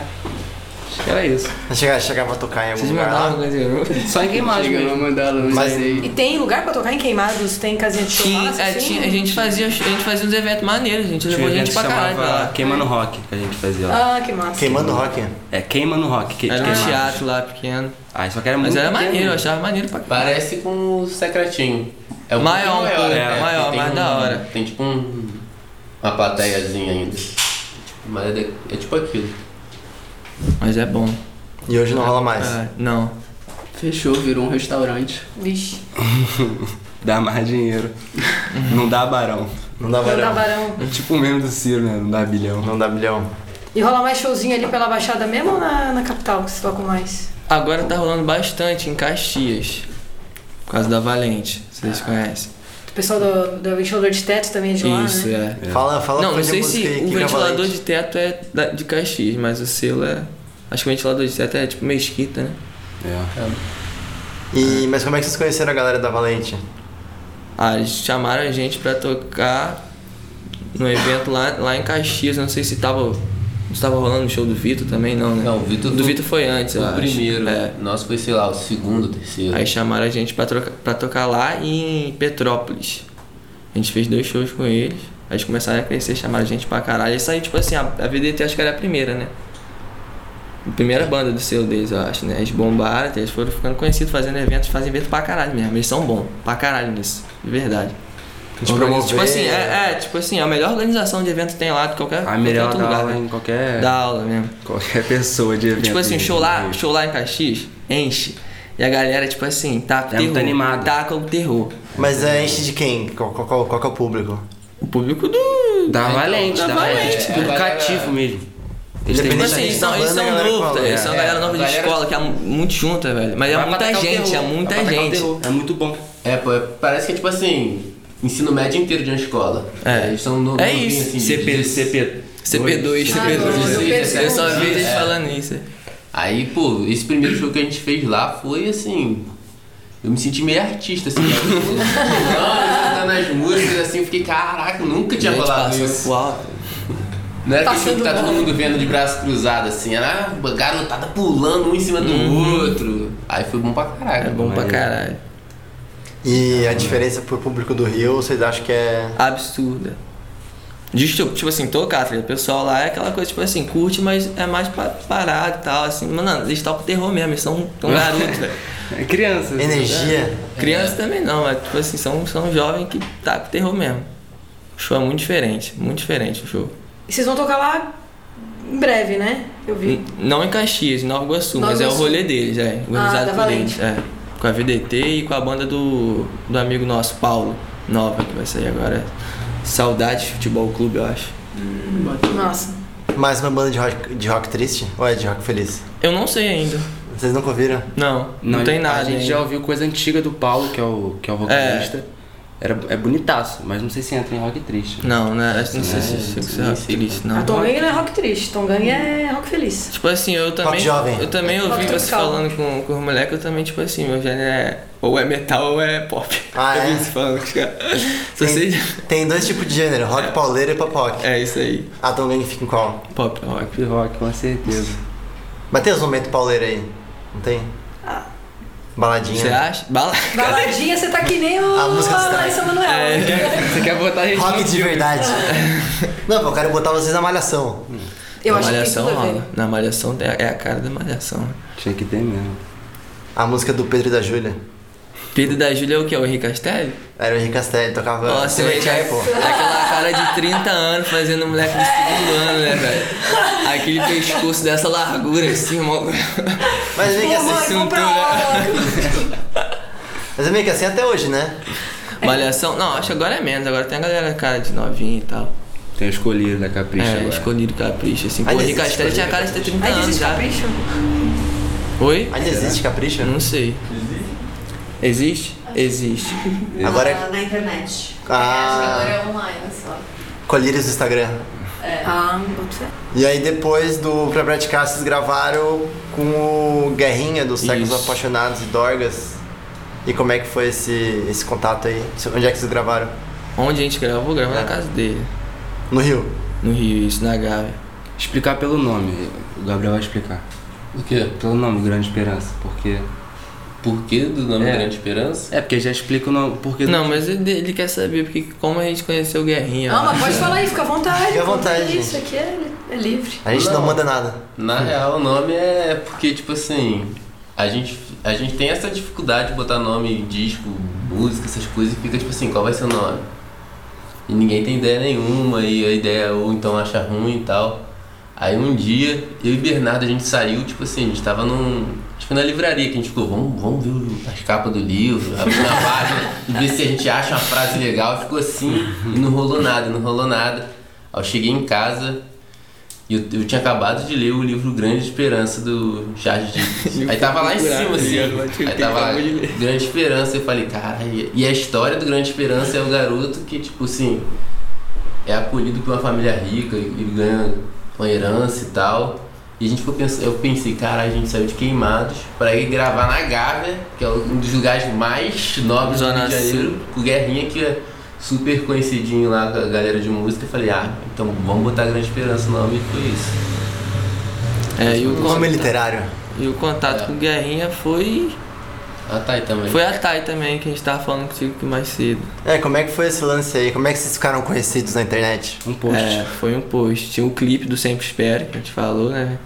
Speaker 6: Acho que era isso.
Speaker 2: Chegavam, chegavam a tocar em algum
Speaker 5: Vocês
Speaker 2: lugar lá?
Speaker 5: mandavam Guns N' Roses?
Speaker 6: Só em queimado
Speaker 7: Chegamos a
Speaker 6: mesmo.
Speaker 7: mandar lá, não
Speaker 2: Mas-
Speaker 7: sei.
Speaker 3: E tem lugar pra tocar em Queimados? Tem casinha de
Speaker 5: Tinha,
Speaker 3: churrasco?
Speaker 5: é,
Speaker 3: assim?
Speaker 5: tinha- a, gente fazia, a gente fazia uns eventos maneiros, a gente
Speaker 6: Tinha um
Speaker 5: levou
Speaker 6: evento
Speaker 5: gente
Speaker 6: que
Speaker 5: pra né? caralho pra
Speaker 6: chamava
Speaker 5: lá.
Speaker 6: Queima no Rock que a gente fazia lá.
Speaker 3: Ah, que massa.
Speaker 2: Queimando
Speaker 5: assim?
Speaker 2: rock?
Speaker 6: É, Queima no Rock. Que,
Speaker 5: Era um
Speaker 6: queimado.
Speaker 5: teatro lá pequeno.
Speaker 6: Aí só que era muito
Speaker 5: Mas era
Speaker 6: pequeno.
Speaker 5: maneiro, eu achava maneiro pra caralho.
Speaker 4: Parece com o Secretinho. É um
Speaker 5: Maior,
Speaker 4: pouquinho
Speaker 5: um pouco,
Speaker 4: né?
Speaker 5: maior,
Speaker 4: Porque tem
Speaker 5: mais da hora.
Speaker 4: Tem tipo um, uma plateiazinha ainda. Mas é, de- é tipo aquilo.
Speaker 5: Mas é bom.
Speaker 2: E hoje não rola mais.
Speaker 5: Ah, não.
Speaker 7: Fechou, virou um restaurante.
Speaker 3: Vixe.
Speaker 6: Dá mais dinheiro. não dá barão.
Speaker 2: Não dá
Speaker 3: Não dá
Speaker 2: barão.
Speaker 3: varão.
Speaker 6: É tipo o meme do Ciro, né? Não dá bilhão.
Speaker 2: Não dá bilhão.
Speaker 3: E rola mais showzinho ali pela Baixada mesmo ou na, na capital que vocês tocam mais?
Speaker 5: Agora tá rolando bastante em Caxias. Por causa da Valente, vocês conhecem.
Speaker 3: O pessoal do, do ventilador de teto também é de lá,
Speaker 5: Isso,
Speaker 3: né?
Speaker 5: é.
Speaker 2: Fala, fala
Speaker 5: Não,
Speaker 2: coisa
Speaker 5: não
Speaker 2: de
Speaker 5: sei se
Speaker 2: música aí,
Speaker 5: o
Speaker 2: que
Speaker 5: ventilador
Speaker 2: Gabriel-
Speaker 5: de teto é da- de Caxias, mas o selo é. Acho que o ventilador de teto é tipo mesquita, né?
Speaker 6: É.
Speaker 2: E, mas como é que vocês conheceram a galera da Valente?
Speaker 5: Ah, eles chamaram a gente pra tocar no evento lá, lá em Caxias. Não sei se tava. Se tava rolando o show do Vitor também, não, né?
Speaker 4: Não, o Vitor
Speaker 5: Do
Speaker 4: foi-
Speaker 5: Vitor foi antes, eu
Speaker 4: o
Speaker 5: acho.
Speaker 4: primeiro.
Speaker 5: É.
Speaker 4: Nosso foi, sei lá, o segundo, terceiro.
Speaker 5: Aí chamaram a gente pra, troca- pra tocar lá em Petrópolis. A gente fez dois shows com eles. Aí eles começaram a crescer, chamaram a gente pra caralho. Isso aí, tipo assim, a, a VDT acho que era a primeira, né? A primeira banda do selo deles, eu acho, né? Eles bombaram, eles foram ficando conhecidos, fazendo eventos, fazem evento pra caralho mesmo. Eles são bons, pra caralho nisso, de verdade.
Speaker 2: De
Speaker 5: Organiza- tipo
Speaker 2: promover.
Speaker 5: assim, é, é, tipo assim, a melhor organização de evento que tem lá de qualquer,
Speaker 6: A
Speaker 5: qualquer
Speaker 6: Mirella
Speaker 5: outro
Speaker 6: dá
Speaker 5: lugar,
Speaker 6: aula
Speaker 5: né?
Speaker 6: em qualquer,
Speaker 5: Dá aula mesmo.
Speaker 6: qualquer pessoa de evento.
Speaker 5: Tipo assim,
Speaker 6: de-
Speaker 5: show lá,
Speaker 6: de-
Speaker 5: show lá em Caxias, enche. E a galera, tipo assim, tá
Speaker 6: É, muito animada.
Speaker 5: Taca o terror.
Speaker 2: Mas é enche de quem? Qual, qual, qual- qual que é o público?
Speaker 5: O público do.
Speaker 6: Dá valente,
Speaker 5: Então, dá
Speaker 6: dá
Speaker 5: valente, É,
Speaker 6: valente.
Speaker 4: pô.
Speaker 6: Educativo mesmo. Eles têm
Speaker 2: Independente
Speaker 5: Tipo assim,
Speaker 2: da
Speaker 5: eles são,
Speaker 2: banda,
Speaker 5: eles
Speaker 2: a
Speaker 5: são
Speaker 2: galera
Speaker 5: novos,
Speaker 2: fala,
Speaker 5: tá? eles são
Speaker 4: é.
Speaker 5: uma galera nova de
Speaker 4: Galera-
Speaker 5: escola, que é muito junta, velho. Mas é
Speaker 4: Vai
Speaker 5: muita
Speaker 4: atacar o
Speaker 5: gente, é
Speaker 4: terror, vai
Speaker 5: muita
Speaker 4: atacar o
Speaker 5: gente.
Speaker 4: terror.
Speaker 6: É muito bom.
Speaker 4: É, pô, é- parece que é tipo assim, ensino médio inteiro de uma escola.
Speaker 5: É.
Speaker 4: Eles são no,
Speaker 5: É
Speaker 4: novinhos,
Speaker 5: isso.
Speaker 4: assim, de
Speaker 6: CP,
Speaker 4: 16.
Speaker 6: CP.
Speaker 5: CP2,
Speaker 3: Ah, eu
Speaker 5: CP2.
Speaker 3: percebi.
Speaker 5: Eu só vi eles
Speaker 4: É.
Speaker 5: falando isso.
Speaker 4: Aí, pô, esse primeiro show que a gente fez lá foi assim. Eu me senti meio artista, assim. Cantando as músicas, assim, eu fiquei, caraca, nunca tinha
Speaker 5: A gente
Speaker 4: rolado
Speaker 5: passou
Speaker 4: isso.
Speaker 5: pro alto.
Speaker 4: Não era aquele show que tá
Speaker 3: Passando
Speaker 4: todo mundo vendo de braço cruzado, assim, era uma garotada pulando um em cima do outro. Aí foi bom pra caraca.
Speaker 5: É bom pra
Speaker 6: Mas-
Speaker 5: caralho.
Speaker 2: E a
Speaker 5: Ah.
Speaker 2: diferença pro público do Rio, vocês acham que é.
Speaker 5: absurda. De, tipo, tipo assim, tocar, tá ligado? o pessoal lá é aquela coisa, tipo assim, curte, mas é mais pa- parado e tal, assim. Mano, eles tocam terror mesmo, eles são tão garotos, velho.
Speaker 6: É criança.
Speaker 2: Energia?
Speaker 5: Criança também não, mas tipo assim, são, são jovens que tacam terror mesmo. O show é muito diferente, muito diferente o show.
Speaker 3: E vocês vão tocar lá em breve, né? Eu vi.
Speaker 5: N- Não em Caxias, em Nova Iguaçu,
Speaker 3: Nova
Speaker 5: mas é o
Speaker 3: Iguaçu.
Speaker 5: rolê deles, é. Organizado
Speaker 3: da
Speaker 5: por eles,
Speaker 3: Valente.
Speaker 5: é. Com a VDT e com a banda do, do amigo nosso, Paulo, nova, que vai sair agora. Saudades Futebol Clube, eu acho.
Speaker 3: Que
Speaker 5: Hum.
Speaker 3: massa.
Speaker 2: Mais uma banda de rock, de rock triste? Ou é de rock feliz?
Speaker 5: Eu não sei ainda.
Speaker 2: Vocês nunca ouviram?
Speaker 5: Não, não, tem nada. É.
Speaker 6: A gente
Speaker 5: ainda.
Speaker 6: já ouviu coisa antiga do Paulo, que é o, que é o vocalista. Era, é bonitaço, mas não sei se entra em rock triste.
Speaker 5: Não, né? Acho que não sei
Speaker 6: É,
Speaker 5: se se- se
Speaker 4: nem
Speaker 5: é
Speaker 4: sei,
Speaker 5: triste,
Speaker 3: A
Speaker 5: não.
Speaker 3: Tom Gang não é rock triste, Tom Gang é rock feliz.
Speaker 5: Tipo assim, eu também.
Speaker 2: jovem.
Speaker 5: Eu também
Speaker 3: Rock
Speaker 5: ouvi você
Speaker 3: tropical.
Speaker 5: falando com, com os moleques, eu também, tipo assim, meu gênero é. Ou é metal ou é pop.
Speaker 2: Ah,
Speaker 5: eu
Speaker 2: é?
Speaker 5: vi você falando com os caras. Se
Speaker 2: Tem,
Speaker 5: você-
Speaker 2: tem dois tipos de gênero, rock pauleiro e pop rock.
Speaker 5: É isso aí.
Speaker 2: A Tom Gang fica em qual?
Speaker 5: Pop é rock.
Speaker 6: Pop rock, com certeza.
Speaker 2: Mas tem os momentos um pauleiro aí, não tem? Baladinha.
Speaker 5: Ah. Você acha? Bala.
Speaker 3: Baladinha, você tá que nem o
Speaker 2: A música tá
Speaker 3: a
Speaker 2: distrai.
Speaker 3: Larissa
Speaker 5: É.
Speaker 3: Manoela.
Speaker 6: Você quer botar a gente
Speaker 2: Rock de verdade. Não, eu quero botar vocês na malhação.
Speaker 3: Eu
Speaker 5: na
Speaker 3: acho que tem
Speaker 5: malhação,
Speaker 3: tudo a ver.
Speaker 5: ó, Na malhação é é a cara da malhação.
Speaker 6: Tinha que ter mesmo.
Speaker 2: A música do Pedro e da Júlia.
Speaker 5: Pedro da Júlia é o que? O Henrique Castelli?
Speaker 2: Era o Henrique Castelli, tocava
Speaker 5: Nossa,
Speaker 2: Silver
Speaker 5: ele é-
Speaker 2: Chapel.
Speaker 5: Aquela cara de 30 anos fazendo um moleque de segundo ano, né, velho? Aquele pescoço dessa largura, assim, mano.
Speaker 2: Mas vem que
Speaker 3: Pô,
Speaker 2: assim,
Speaker 5: esse
Speaker 3: mãe, compra
Speaker 5: cinturão,
Speaker 3: aula.
Speaker 2: mas vem que assim até hoje, né?
Speaker 5: Malhação. Não, acho que agora é menos. Agora tem a galera cara de novinha e tal.
Speaker 6: Tem o escolhido da Capricha
Speaker 5: é,
Speaker 6: agora.
Speaker 5: escolhido capricho, assim. Pô,
Speaker 2: Ainda
Speaker 5: o Henrique
Speaker 2: existe
Speaker 5: Castelli tinha cara de ter 30
Speaker 3: Aí
Speaker 5: anos
Speaker 3: existe
Speaker 5: já.
Speaker 3: capricho.
Speaker 5: Oi?
Speaker 2: Ainda existe Capricha?
Speaker 5: Não sei. Existe? Existe.
Speaker 2: Agora é
Speaker 8: Na, na internet.
Speaker 2: Ah.
Speaker 8: Acho que agora é online só.
Speaker 2: colírios do Instagram.
Speaker 3: Ah, boto fé.
Speaker 2: E aí depois do Pra Praticar, vocês gravaram com o Guerrinha dos Séculos
Speaker 5: Isso.
Speaker 2: Apaixonados e Dorgas. E como é que foi esse, esse contato aí? Onde é que vocês gravaram?
Speaker 5: Onde a gente gravou? Gravou na casa dele.
Speaker 2: No Rio.
Speaker 5: No Rio, isso, na Gávea.
Speaker 6: Explicar pelo nome, o Gabriel vai explicar.
Speaker 4: O quê?
Speaker 6: Pelo nome, Grande Esperança, porque...
Speaker 4: Por que do nome
Speaker 6: É.
Speaker 4: Grande Esperança?
Speaker 6: É, porque já explica o nome, porque...
Speaker 5: Não, mas ele, ele quer saber porque, como a gente conheceu o Guerrinha.
Speaker 3: Não, mas pode falar aí, fica à vontade.
Speaker 2: Fica à vontade,
Speaker 3: conta aí, Isso
Speaker 2: gente.
Speaker 3: aqui é, é livre.
Speaker 2: A gente não,
Speaker 4: Não.
Speaker 2: manda nada.
Speaker 4: Na real, o nome é porque, tipo assim, a gente, a gente tem essa dificuldade de botar nome, disco, música, essas coisas, e fica tipo assim, qual vai ser o nome? E ninguém tem ideia nenhuma, e a ideia ou então acha ruim e tal. Aí um dia, eu e Bernardo, a gente saiu, tipo assim, a gente tava num. Acho que na livraria, que a gente ficou, vamos, vamos ver o- as capas do livro, abrir na página e ver se a gente acha uma frase legal. Ficou assim, e não rolou nada, não rolou nada. Aí eu cheguei em casa, e eu, eu tinha acabado de ler o livro Grande Esperança do Charles Dickens. Aí tava lá em cima, assim. Aí tava lá, Grande Esperança. Eu falei, cara, e e a história do Grande Esperança é o garoto que, tipo assim, é acolhido por uma família rica e, e ganha uma herança e tal. E a gente ficou pensando, eu pensei, cara, a gente saiu de Queimados pra ir gravar na Gávea, que é um dos lugares mais nobres do Rio
Speaker 5: Zona
Speaker 4: de Janeiro, com o Guerrinha, que é super conhecidinho lá com a galera de música. Eu falei, ah, então vamos botar Grande Esperança no nome e foi isso.
Speaker 5: É, e o,
Speaker 2: Nome
Speaker 5: con-
Speaker 2: literário.
Speaker 5: e o contato
Speaker 4: É.
Speaker 5: com o Guerrinha foi.
Speaker 4: Ah, tá, e também.
Speaker 5: Foi a Thay também, que a gente tava falando contigo que mais cedo.
Speaker 2: É, como é que foi esse lance aí? Como é que vocês ficaram conhecidos na internet?
Speaker 6: Um post.
Speaker 5: É, foi um post. Tinha o clipe do Sempre Espero, que a gente falou, né?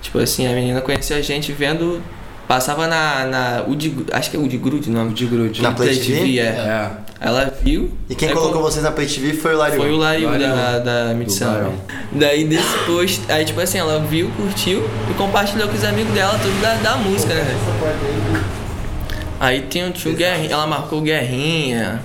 Speaker 5: Tipo assim, a menina conhecia a gente vendo. Passava na. na Udi- acho que é Udi Grude o nome.
Speaker 6: De grude.
Speaker 2: Na Play TV?
Speaker 5: é.
Speaker 6: É.
Speaker 5: Ela viu.
Speaker 2: E quem
Speaker 5: aí
Speaker 2: colocou vocês na Play TV foi o Lariu.
Speaker 5: É Foi o Lariu
Speaker 6: Lariu.
Speaker 5: da, da Mid
Speaker 6: Do
Speaker 5: Summer.
Speaker 6: Barão.
Speaker 5: Daí desse post, aí tipo assim, ela viu, curtiu e compartilhou com os amigos dela tudo da, da música, né? velho? Aí tem o tio Guerrinha, ela marcou o Guerrinha,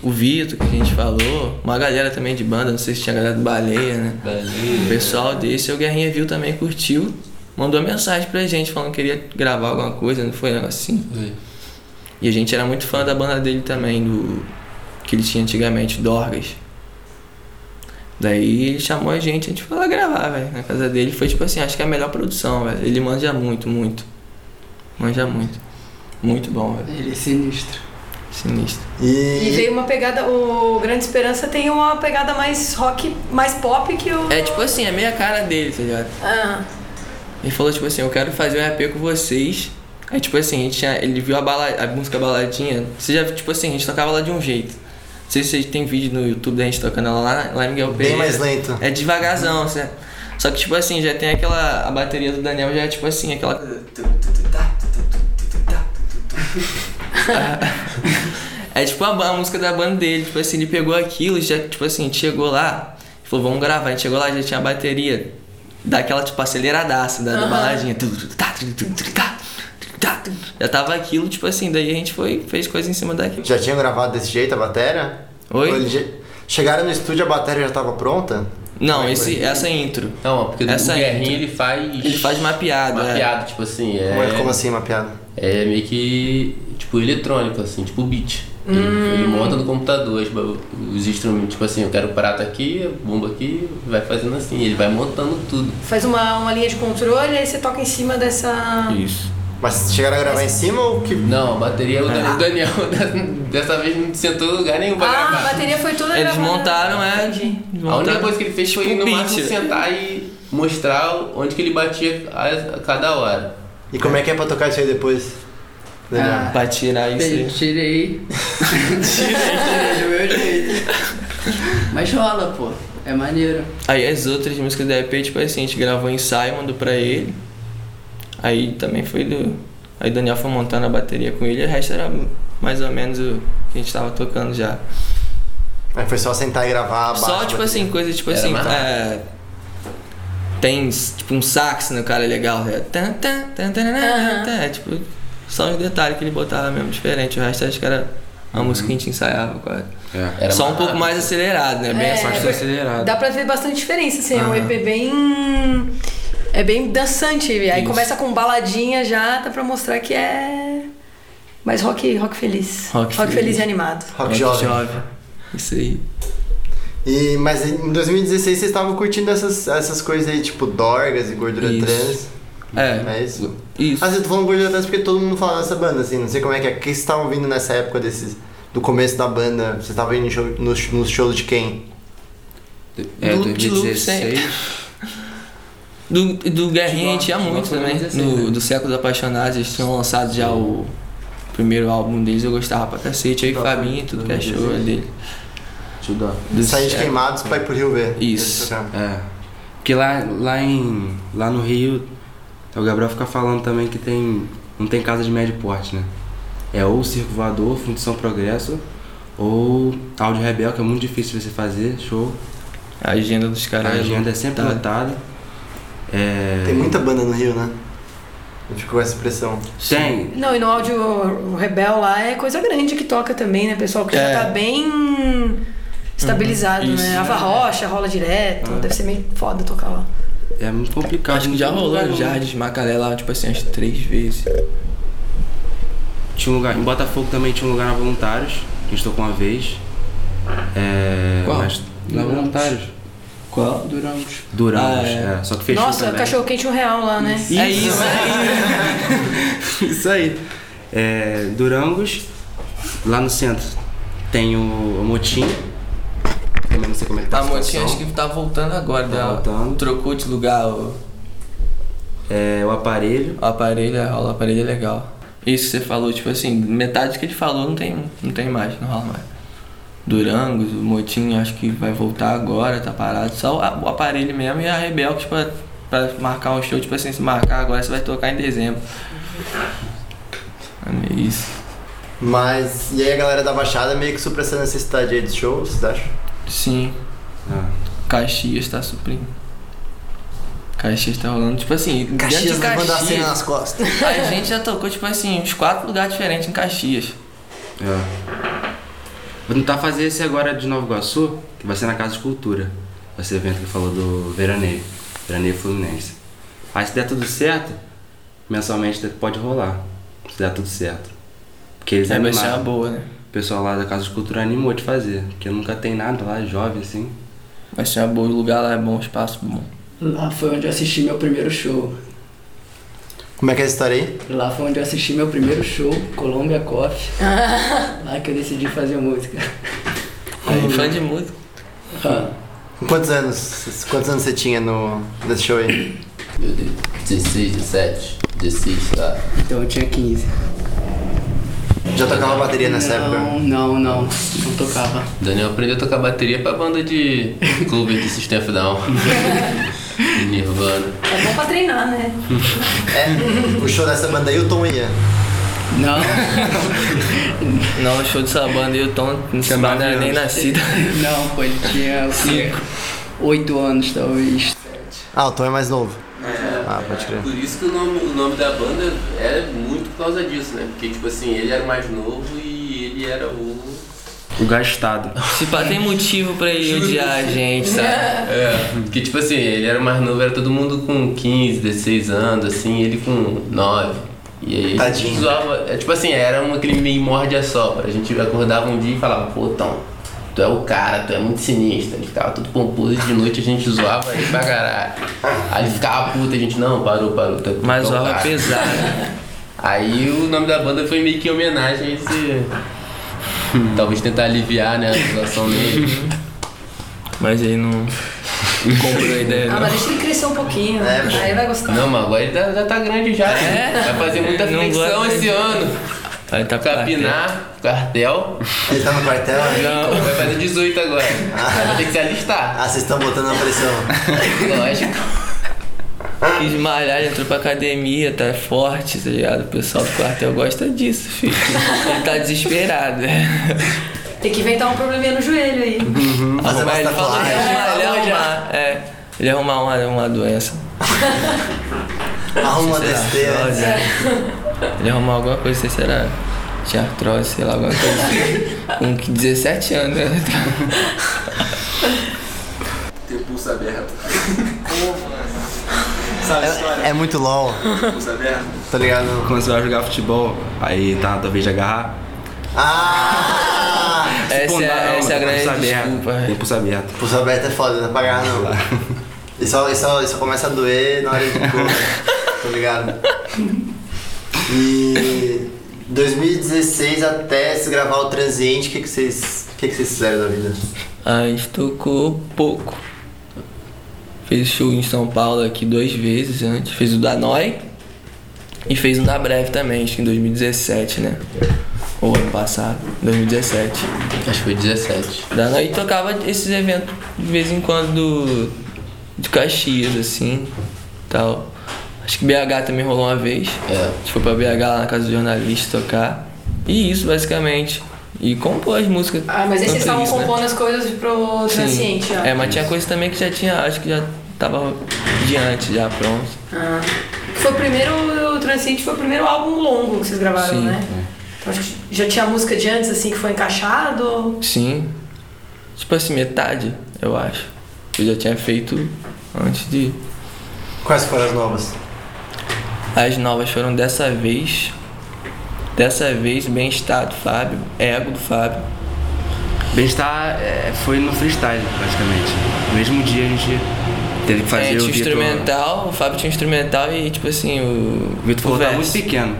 Speaker 5: o Vitor, que a gente falou, uma galera também de banda, não sei se tinha galera do Baleia, né?
Speaker 4: Baleia.
Speaker 5: O pessoal desse, o Guerrinha viu também, curtiu, mandou mensagem pra gente falando que queria gravar alguma coisa, não foi um negócio assim?
Speaker 4: Foi.
Speaker 5: E a gente era muito fã da banda dele também, do que ele tinha antigamente, Dorgas. Daí ele chamou a gente, a gente foi lá gravar, velho, na casa dele. Foi tipo assim, acho que é a melhor produção, velho. Ele manja muito, muito. Manja muito. Muito bom, velho.
Speaker 7: Ele é sinistro.
Speaker 5: Sinistro.
Speaker 3: E
Speaker 2: E,
Speaker 3: veio uma pegada, o Grande Esperança tem uma pegada mais rock, mais pop que o.
Speaker 5: É tipo assim, é meio a cara dele, tá ligado?
Speaker 3: Ah,
Speaker 5: Ele falou tipo assim, eu quero fazer um EP com vocês. Aí tipo assim, a gente tinha, ele viu a, bala, a música baladinha. Você já, tipo assim, a gente tocava lá de um jeito. Não sei se vocês têm vídeo no YouTube da gente tocando ela lá, lá em Miguel
Speaker 2: bem
Speaker 5: Pereira.
Speaker 2: mais lento.
Speaker 5: É devagarzão, certo? Só que, tipo assim, já tem aquela. A bateria do Daniel já é tipo assim, aquela. É tipo a, ba- a música da banda dele, tipo assim, ele pegou aquilo, já, tipo assim, a gente chegou lá, falou, vamos gravar, a gente chegou lá, já tinha a bateria daquela, tipo, aceleradaça, da, da baladinha. tá, Já tava aquilo, tipo assim, daí a gente foi, fez coisa em cima daquilo.
Speaker 2: Já tinham gravado desse jeito a bateria?
Speaker 5: Oi?
Speaker 2: Ou eles já- Chegaram no estúdio, a bateria já tava pronta?
Speaker 5: Não, esse, essa é a intro.
Speaker 4: Não, Então, porque
Speaker 5: Essa
Speaker 4: o
Speaker 5: é-
Speaker 4: Guerrinha ele faz.
Speaker 5: Ele faz mapeado,
Speaker 4: Uma
Speaker 5: é.
Speaker 4: piada, tipo assim, é.
Speaker 2: Como, é- como assim, uma piada?
Speaker 4: É meio que. Tipo, eletrônico, assim, tipo beat. Ele, ele monta no computador os, ba- os instrumentos, tipo assim, eu quero o prato aqui, a bomba aqui, vai fazendo assim, ele vai montando tudo.
Speaker 3: Faz uma, uma linha de controle e aí você toca em cima dessa.
Speaker 4: Isso.
Speaker 2: Mas chegaram a gravar em cima ou que.
Speaker 4: Não, a bateria, é o
Speaker 5: É.
Speaker 4: Dan- o Daniel dessa vez não sentou em lugar nenhum pra
Speaker 3: Ah, a
Speaker 4: gravar.
Speaker 3: bateria foi toda
Speaker 5: Eles
Speaker 3: gravada.
Speaker 5: montaram, é.
Speaker 3: Entendi.
Speaker 4: A única
Speaker 5: montaram-
Speaker 4: coisa que ele fez foi
Speaker 5: tipo
Speaker 4: no
Speaker 5: beat.
Speaker 4: máximo sentar e mostrar onde que ele batia a, a cada hora.
Speaker 2: E como é que é pra tocar isso aí depois? Daniel?
Speaker 7: Ah.
Speaker 5: Pra tirar isso
Speaker 7: Bem,
Speaker 5: aí.
Speaker 7: tirei. tirei do meu jeito. Mas rola, pô. É maneiro.
Speaker 5: Aí as outras músicas da EP, tipo assim, a gente gravou um ensaio, mandou pra ele. Aí também foi do. Aí o Daniel foi montando a bateria com ele, e o resto era mais ou menos o que a gente tava tocando já.
Speaker 2: Aí foi só sentar e gravar baixo.
Speaker 5: Só tipo
Speaker 2: bateria.
Speaker 5: assim, coisa tipo
Speaker 4: Era
Speaker 5: assim.
Speaker 4: mais rápido.
Speaker 5: é, tem tipo um sax no cara legal. É, tan, tan, tan, tan, tan,
Speaker 3: Aham.
Speaker 5: tan, é tipo só os detalhes que ele botava mesmo diferente. O resto acho que era uma música que a gente ensaiava quase.
Speaker 6: É.
Speaker 4: Uhum. Era
Speaker 5: só um pouco
Speaker 4: rápido.
Speaker 5: mais acelerado, né? Bem
Speaker 3: É,
Speaker 5: assim.
Speaker 6: Parte
Speaker 3: foi-
Speaker 6: acelerada.
Speaker 3: Dá pra ver bastante diferença, assim. É um
Speaker 5: Aham.
Speaker 3: EP bem. É bem dançante. Aí
Speaker 5: Isso.
Speaker 3: começa com baladinha já, dá pra mostrar que é. Mais rock, rock feliz.
Speaker 5: Rock
Speaker 3: feliz
Speaker 5: feliz.
Speaker 3: e animado.
Speaker 2: Rock jovem.
Speaker 5: Isso aí.
Speaker 2: E, mas em 2016 vocês estavam curtindo essas, essas coisas aí, tipo dorgas e gordura
Speaker 5: Isso.
Speaker 2: trans.
Speaker 5: É,
Speaker 2: É isso?
Speaker 5: isso.
Speaker 2: Ah, você tá falando gordura trans porque todo mundo fala dessa banda, assim, não sei como é que é. O que vocês estavam ouvindo nessa época desses. Do começo da banda, vocês estavam indo em show- nos nos shows de quem?
Speaker 6: É,
Speaker 5: Loop, loop,
Speaker 6: 2016.
Speaker 5: Do, do Guerrinha a gente ia
Speaker 6: Logo-
Speaker 5: muito
Speaker 6: logo
Speaker 5: também.
Speaker 6: 2016,
Speaker 5: No,
Speaker 6: né?
Speaker 5: do Século dos Apaixonados, eles tinham lançado já o primeiro álbum deles, eu gostava pra cacete. Aí o
Speaker 2: Próprio
Speaker 5: Fabinho, tudo que
Speaker 6: 2016.
Speaker 5: achou dele.
Speaker 6: Deixa eu dar.
Speaker 5: Do
Speaker 2: Sair de
Speaker 5: Século.
Speaker 2: queimados pra ir pro Rio ver.
Speaker 5: Isso.
Speaker 2: Eles tocaram.
Speaker 6: É. Porque lá, lá, em, lá no Rio, o Gabriel fica falando também que tem não tem casa de médio porte, né? É ou Circo Voador, Fundição Progresso, ou Áudio Rebel, que é muito difícil você fazer, show.
Speaker 5: A agenda dos
Speaker 6: A
Speaker 5: caras. é
Speaker 6: agenda é sempre
Speaker 5: tá.
Speaker 6: lotada. É,
Speaker 2: Tem muita banda no Rio, né? Eu fico com essa impressão.
Speaker 6: Tem.
Speaker 3: Não, e no áudio Rebel lá é coisa grande que toca também, né, pessoal? Que
Speaker 5: É.
Speaker 3: já tá bem estabilizado,
Speaker 5: Isso,
Speaker 3: né? Ava
Speaker 5: né?
Speaker 3: Rocha rola direto,
Speaker 6: Ah.
Speaker 3: deve ser meio foda tocar lá.
Speaker 6: É muito
Speaker 5: Eu
Speaker 6: complicado.
Speaker 5: acho que já
Speaker 6: Não tem
Speaker 5: rolou né?
Speaker 6: lugar
Speaker 5: já
Speaker 6: não.
Speaker 5: de Macaré lá, tipo assim, umas três vezes.
Speaker 6: Tinha um lugar. Em Botafogo também tinha um lugar na Voluntários, que a gente tocou uma vez. É,
Speaker 5: Qual?
Speaker 6: mas- na
Speaker 5: Duramos.
Speaker 6: Voluntários.
Speaker 5: Qual?
Speaker 7: Duramos.
Speaker 6: Duramos,
Speaker 5: Ah, é.
Speaker 6: é. Só que fechou
Speaker 3: Nossa,
Speaker 6: também.
Speaker 3: cachorro quente um real lá, né?
Speaker 5: É isso aí.
Speaker 6: Isso aí. É, Durangos, lá no centro tem o, o Motim. Também não sei como é que tá
Speaker 5: A
Speaker 6: a
Speaker 5: Motinha
Speaker 6: situação.
Speaker 5: acho que tá voltando agora.
Speaker 6: Tá
Speaker 5: ela
Speaker 6: voltando.
Speaker 5: Trocou de lugar o,
Speaker 6: É, o aparelho.
Speaker 5: o aparelho, é- o aparelho é legal. Isso que você falou, tipo assim, metade que ele falou não tem, não tem mais, não rola mais. Durangos, o Motinho acho que vai voltar agora, tá parado. Só o, a- o aparelho mesmo e a Rebel, tipo, pra, pra marcar um show, tipo assim, se marcar agora você vai tocar em dezembro. Mano, é isso.
Speaker 2: Mas, e aí a galera da Baixada meio que supra essa necessidade aí de show, vocês acham?
Speaker 5: Sim.
Speaker 6: Ah,
Speaker 5: Caxias tá suprindo. Caxias tá rolando, tipo assim, dentro de
Speaker 2: vai mandar
Speaker 5: Caxias,
Speaker 2: cena nas costas.
Speaker 5: a gente já tocou, tipo assim, uns quatro lugares diferentes em Caxias.
Speaker 6: é. Vou tentar fazer esse agora de Nova Iguaçu, que vai ser na Casa de Cultura. Vai ser o evento que falou do veraneio. Veraneio Fluminense. Aí se der tudo certo, mensalmente pode rolar. Se der tudo certo. Porque eles é
Speaker 5: Aí vai ser uma
Speaker 6: animaram.
Speaker 5: boa, né?
Speaker 6: O pessoal lá da Casa de Cultura animou de fazer. Porque nunca tem nada lá, jovem assim.
Speaker 5: Vai ser uma boa, o lugar lá é bom, o espaço bom.
Speaker 7: Lá foi onde eu assisti meu primeiro show.
Speaker 2: Como é que é essa história aí?
Speaker 7: Lá foi onde eu assisti meu primeiro show, Colombia Coffee. lá que eu decidi fazer música.
Speaker 5: Aí, fã de música.
Speaker 7: Ah,
Speaker 2: Com Quantos anos? Quantos anos você tinha no, nesse show aí?
Speaker 4: Meu Deus, 16, 17, 16, tá.
Speaker 7: então eu tinha 15.
Speaker 2: Já tocava bateria nessa época?
Speaker 7: Não, não, não. Não tocava.
Speaker 4: O Daniel aprendeu a tocar bateria pra banda de cover de System of a Down. De Nirvana.
Speaker 3: É bom pra treinar, né?
Speaker 2: É, o show dessa banda aí o Tom ia.
Speaker 7: Não,
Speaker 5: Não, o show dessa banda e o Tom, essa
Speaker 6: Tinha
Speaker 5: banda era
Speaker 6: nove
Speaker 5: Ah, nem
Speaker 6: anos.
Speaker 5: nascida.
Speaker 7: não, pô, ele tinha o quê? 8 anos, talvez.
Speaker 2: Ah, o Tom é mais novo. Ah, pode crer.
Speaker 4: Por isso que o nome, o nome da banda era muito por causa disso, né? Porque, tipo assim, ele era o mais novo e ele era o.
Speaker 6: O gastado.
Speaker 5: Se pá, tem motivo pra ele odiar a gente, sabe?
Speaker 4: É, porque, tipo assim, ele era o mais novo, era todo mundo com 15, 16 anos, assim, ele com 9. E aí a gente
Speaker 2: Tadinho.
Speaker 4: zoava. é, Tipo assim, era um aquele meio morde a sopra. A gente acordava um dia e falava, pô, Tom, tu é o cara, tu é muito sinistro. Ele ficava tudo pomposo e de noite a gente zoava ele pra caralho. Aí ele ficava puto, a gente, não, parou, parou. tu é- tu é
Speaker 5: Mas
Speaker 4: o
Speaker 5: zoava
Speaker 4: cara."
Speaker 5: pesado.
Speaker 4: Aí o nome da banda foi meio que em homenagem a esse. Talvez tentar aliviar, né, a situação dele.
Speaker 5: Mas aí não, não comprou a ideia
Speaker 3: Ah,
Speaker 5: não.
Speaker 3: mas deixa ele crescer um pouquinho,
Speaker 2: É, pô.
Speaker 3: aí vai gostar.
Speaker 4: Não, mano, agora ele tá- já tá grande já. né? Vai fazer muita
Speaker 5: Não
Speaker 4: flexão
Speaker 5: gosta
Speaker 4: esse
Speaker 5: de-
Speaker 4: ano.
Speaker 5: Aí tá pra
Speaker 4: Capinar, cartel.
Speaker 2: Ele tá no quartel? né?
Speaker 4: Não, vai fazer 18 agora. Vai ter que se alistar.
Speaker 2: Ah, vocês estão botando a pressão.
Speaker 4: Lógico.
Speaker 5: ter. Quis malhar, já entrou pra academia, tá forte, tá ligado? O pessoal do quartel gosta disso, filho. Ele tá desesperado.
Speaker 3: Tem que inventar um probleminha no joelho aí.
Speaker 2: Fazer
Speaker 5: Arrumar-
Speaker 2: mais
Speaker 5: ele falou que ia
Speaker 2: tatuagem.
Speaker 5: arrumar, ele ia
Speaker 3: Arrumou já.
Speaker 5: arrumar, é. Ele ia arrumar uma, uma doença.
Speaker 2: Arruma uma
Speaker 5: Sei lá,
Speaker 2: besteira.
Speaker 5: artrose.
Speaker 6: É.
Speaker 5: Ele ia arrumar alguma coisa, sei se era de artrose, sei lá, alguma coisa. assim. Com 17 anos, né?
Speaker 6: Tipo,
Speaker 9: Ter pulso aberto.
Speaker 2: É- É, muito LOL,
Speaker 9: Pulso aberto.
Speaker 2: tá ligado?
Speaker 6: Quando você vai jogar futebol, aí tá na tua vez de agarrar.
Speaker 2: Ah!
Speaker 5: Essa é,
Speaker 6: Pô, não,
Speaker 5: essa é a
Speaker 6: tem
Speaker 5: grande
Speaker 6: pulso aberto.
Speaker 5: desculpa. é.
Speaker 6: Tem pulso aberto.
Speaker 2: Pulso aberto é foda, não é pra agarrar não. Isso só, e só, e só começa a doer na hora de comer, tá ligado? E 2016 até se gravar o transiente, o que, que vocês. O que, que vocês fizeram da vida?
Speaker 5: A gente Ah, tocou pouco. Fez show em São Paulo aqui duas vezes antes. Fez o da Noi e fez o da Breve também, acho que em 2017, né? Ou ano passado, 2017.
Speaker 4: Acho que foi 17.
Speaker 5: Da Noi tocava esses eventos de vez em quando do, de Caxias, assim, tal. Acho que BH também rolou uma vez.
Speaker 4: É.
Speaker 5: A gente foi pra BH lá na casa do jornalista tocar. E isso, basicamente. E compôs as músicas.
Speaker 3: Ah, mas aí vocês
Speaker 5: Tanto
Speaker 3: estavam
Speaker 5: isso, né?
Speaker 3: compondo as coisas pro
Speaker 5: Sim.
Speaker 3: transciente, ó.
Speaker 5: É, mas tinha coisa também que já tinha, acho que já tava diante, já pronto.
Speaker 3: Ah. Foi o primeiro, o Transcendente foi o primeiro álbum longo que vocês gravaram,
Speaker 5: Sim. é.
Speaker 3: né? Então acho que já tinha a música de antes, assim, que foi encaixado.
Speaker 5: Sim. Tipo assim, metade, eu acho. Eu já tinha feito antes de.
Speaker 2: Quais foram as novas?
Speaker 5: As novas foram dessa vez. Dessa vez, bem-estar do Fábio, ego do Fábio.
Speaker 6: Bem-estar é, foi no freestyle, praticamente. No mesmo dia a gente teve que fazer
Speaker 5: É,
Speaker 6: o
Speaker 5: tinha
Speaker 6: Vitor.
Speaker 5: instrumental, o Fábio tinha instrumental e tipo assim, o.
Speaker 6: O Vitor falou,
Speaker 5: o
Speaker 6: tá muito
Speaker 5: verso.
Speaker 6: pequeno.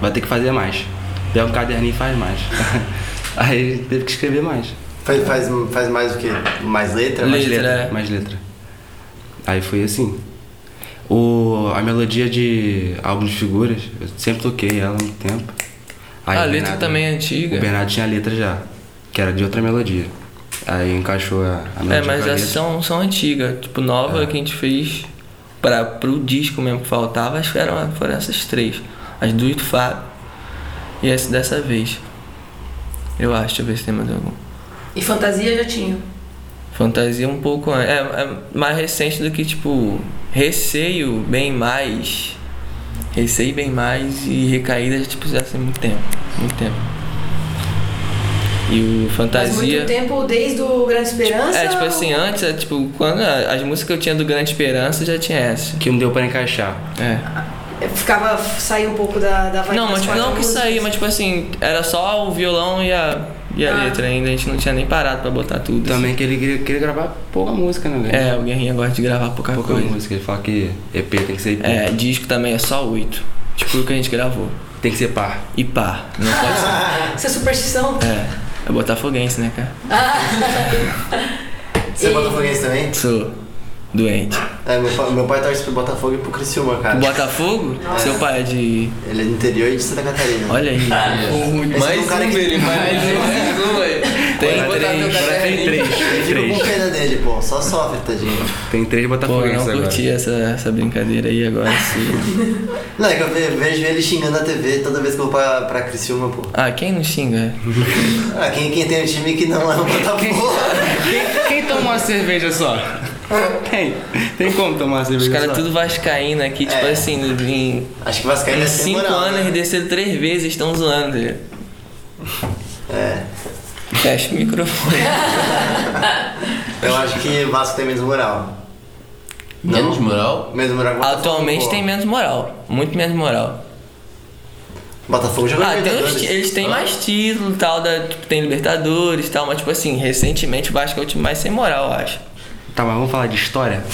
Speaker 6: Vai ter que fazer mais. Pega um caderninho e faz mais. aí teve que escrever mais.
Speaker 2: Faz, faz, faz mais o quê? Mais letra?
Speaker 5: Le-
Speaker 6: Mais
Speaker 5: Letra,
Speaker 6: letra.
Speaker 5: é.
Speaker 6: Mais letra. Aí foi assim. O, a melodia de álbum de figuras, eu sempre toquei ela há muito tempo. Aí
Speaker 5: a
Speaker 6: o
Speaker 5: letra
Speaker 6: Bernardo-
Speaker 5: também é
Speaker 6: O
Speaker 5: antiga.
Speaker 6: Bernardo tinha a letra já, que era de outra melodia. Aí encaixou a, a melodia.
Speaker 5: É, mas
Speaker 6: com a
Speaker 5: já
Speaker 6: letra.
Speaker 5: são, são antigas. Tipo,
Speaker 6: É.
Speaker 5: nova que a gente fez pra, pro disco mesmo que faltava, acho que eram, foram essas três. As duas do Fábio e essa dessa vez. Eu acho, deixa eu ver se tem mais algum.
Speaker 3: E fantasia já tinha.
Speaker 5: Fantasia um pouco. an- É, é mais recente do que, tipo, receio bem mais. Receio bem mais e recaída já tipo, já tem muito tempo. Muito tempo. E o
Speaker 3: Mas
Speaker 5: Fantasia.
Speaker 3: muito tempo desde o Grande Esperança.
Speaker 5: É, tipo
Speaker 3: ou-
Speaker 5: assim, antes, é, tipo, quando a- as músicas que eu tinha do Grande Esperança já tinha essa.
Speaker 6: Que não deu pra encaixar.
Speaker 3: Ah,
Speaker 5: É.
Speaker 3: Ficava, saía um pouco da, da vibe
Speaker 5: Não,
Speaker 3: das
Speaker 5: mas tipo,
Speaker 3: quatro
Speaker 5: não que
Speaker 3: músicas.
Speaker 5: saía, mas tipo assim, era só o violão e a, e a
Speaker 3: Ah.
Speaker 5: letra ainda, a gente não tinha nem parado pra botar tudo.
Speaker 6: Também que ele queria, queria gravar pouca música, né?
Speaker 5: assim.
Speaker 6: velho?
Speaker 5: É, o Guerrinha gosta de gravar pouca,
Speaker 6: pouca
Speaker 5: coisa.
Speaker 6: música. Ele fala que EP tem que ser EP.
Speaker 5: É, disco também é só oito. Tipo o que a gente gravou.
Speaker 6: Tem que ser par.
Speaker 5: E pá, não pode ser.
Speaker 3: Isso é superstição.
Speaker 5: É, é botafoguense, né, cara?
Speaker 2: Você é botafoguense também?
Speaker 5: Sou doente.
Speaker 2: É, meu, pa- meu pai torce pro Botafogo e pro Criciúma, cara.
Speaker 5: O Botafogo? Seu pai é de.
Speaker 2: Ele é do interior e de Santa Catarina.
Speaker 5: Olha aí.
Speaker 2: Esse é um cara que
Speaker 4: mais um, velho.
Speaker 5: Tem
Speaker 4: Bora botar
Speaker 5: três,
Speaker 4: teu
Speaker 5: agora
Speaker 6: Tem três, tem
Speaker 2: Fico com
Speaker 6: três.
Speaker 2: pena dele, pô. Só sofre, tadinho.
Speaker 6: Tem três
Speaker 5: Pô, eu
Speaker 6: botafoguenses
Speaker 5: não
Speaker 6: agora.
Speaker 5: curti essa, essa brincadeira aí agora. Se...
Speaker 2: Não, é que eu ve- vejo ele xingando a TV toda vez que eu vou pra, pra Criciúma, pô.
Speaker 5: Ah, quem não xinga?
Speaker 2: Ah, quem, quem tem um time que não é o Botafogo?
Speaker 6: Quem, quem toma uma cerveja só? Tem. Tem como tomar uma cerveja
Speaker 5: Os caras
Speaker 6: só?
Speaker 5: tudo vascaíno aqui, tipo
Speaker 2: É.
Speaker 5: assim, em,
Speaker 2: Acho que o Vascaíno
Speaker 5: em
Speaker 2: é sem
Speaker 5: cinco
Speaker 2: moral,
Speaker 5: anos
Speaker 2: né?
Speaker 5: desceram três vezes, estão zoando. velho.
Speaker 2: É,
Speaker 5: Fecha o microfone.
Speaker 2: eu acho que o Vasco tem menos moral.
Speaker 4: Menos moral?
Speaker 2: Menos moral que o Botafogo,
Speaker 5: Atualmente
Speaker 2: pô.
Speaker 5: tem menos moral, muito menos moral.
Speaker 2: Botafogo já
Speaker 5: Ah, tem
Speaker 2: Libertadores.
Speaker 5: os ti- eles têm mais título e tal, da, tipo, tem Libertadores e tal, mas tipo assim, recentemente o Vasco é o time mais sem moral, eu acho.
Speaker 6: Tá, mas vamos falar de história?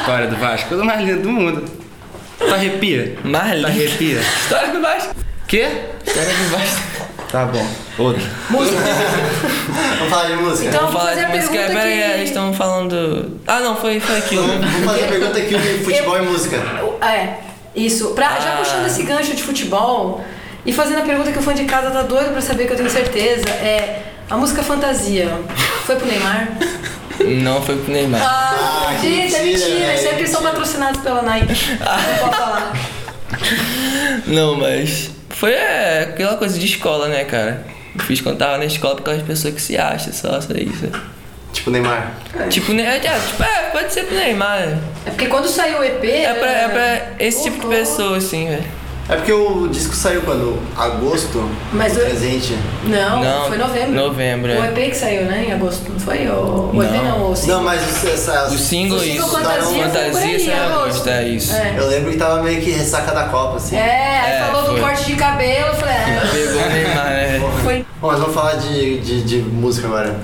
Speaker 6: história do Vasco, coisa mais linda do mundo. Tu arrepia?
Speaker 2: Tá
Speaker 5: Mais
Speaker 6: Tu
Speaker 5: lindo.
Speaker 6: arrepia?
Speaker 5: História do Vasco.
Speaker 6: Quê?
Speaker 5: História do Vasco.
Speaker 6: Tá bom. Outro.
Speaker 2: Vamos falar de música.
Speaker 3: Então, vou
Speaker 5: Vamos falar
Speaker 3: fazer
Speaker 5: de
Speaker 3: a
Speaker 5: música.
Speaker 3: pergunta
Speaker 5: Pera aí, eles
Speaker 3: que...
Speaker 5: estão falando. Ah, não, foi, foi aquilo.
Speaker 2: Vamos fazer a pergunta aqui de futebol e música.
Speaker 3: É, isso. Pra, Já
Speaker 5: Ah.
Speaker 3: puxando esse gancho de futebol e fazendo a pergunta que o fã de casa tá doido pra saber que eu tenho certeza, é... A música Fantasia foi pro Neymar?
Speaker 5: não foi pro Neymar.
Speaker 3: Ah,
Speaker 2: Ah, que
Speaker 3: mentira, é
Speaker 2: mentira,
Speaker 3: mentira. Isso é porque
Speaker 2: velho,
Speaker 3: eles são
Speaker 2: mentira.
Speaker 3: patrocinados pela Nike. Não pode falar.
Speaker 5: Não, mas. Foi é, aquela coisa de escola, né, cara? Eu fiz quando tava na escola por causa de pessoas que se acham, só, só isso.
Speaker 2: Tipo Neymar.
Speaker 5: Tipo, né, é, tipo, é, pode ser pro Neymar. né?
Speaker 3: É porque quando saiu o EP...
Speaker 5: É pra, é pra esse tipo de
Speaker 3: Uhum.
Speaker 5: pessoa, assim, velho.
Speaker 2: É porque o disco saiu quando? Agosto?
Speaker 3: Mas
Speaker 2: o
Speaker 3: eu-
Speaker 2: presente.
Speaker 3: Não,
Speaker 5: Não,
Speaker 3: foi novembro.
Speaker 5: novembro, é.
Speaker 3: O EP que saiu, né? Em agosto, não foi? O, o EP
Speaker 5: Não.
Speaker 3: não, o single.
Speaker 2: Não, mas os- essa,
Speaker 5: O single,
Speaker 2: os-
Speaker 5: isso.
Speaker 2: estouraram-
Speaker 3: Fantasia, foi por aí,
Speaker 5: Fantasia,
Speaker 3: agosto.
Speaker 5: gostar isso.
Speaker 3: É.
Speaker 2: Eu lembro que tava meio que ressaca da Copa, assim.
Speaker 3: É, aí
Speaker 5: É,
Speaker 3: falou
Speaker 5: foi.
Speaker 3: do corte de cabelo, eu falei, ah,
Speaker 5: Pegou o Neymar, né?
Speaker 2: é.
Speaker 3: foi.
Speaker 2: Bom, mas vamos falar de, de, de música agora.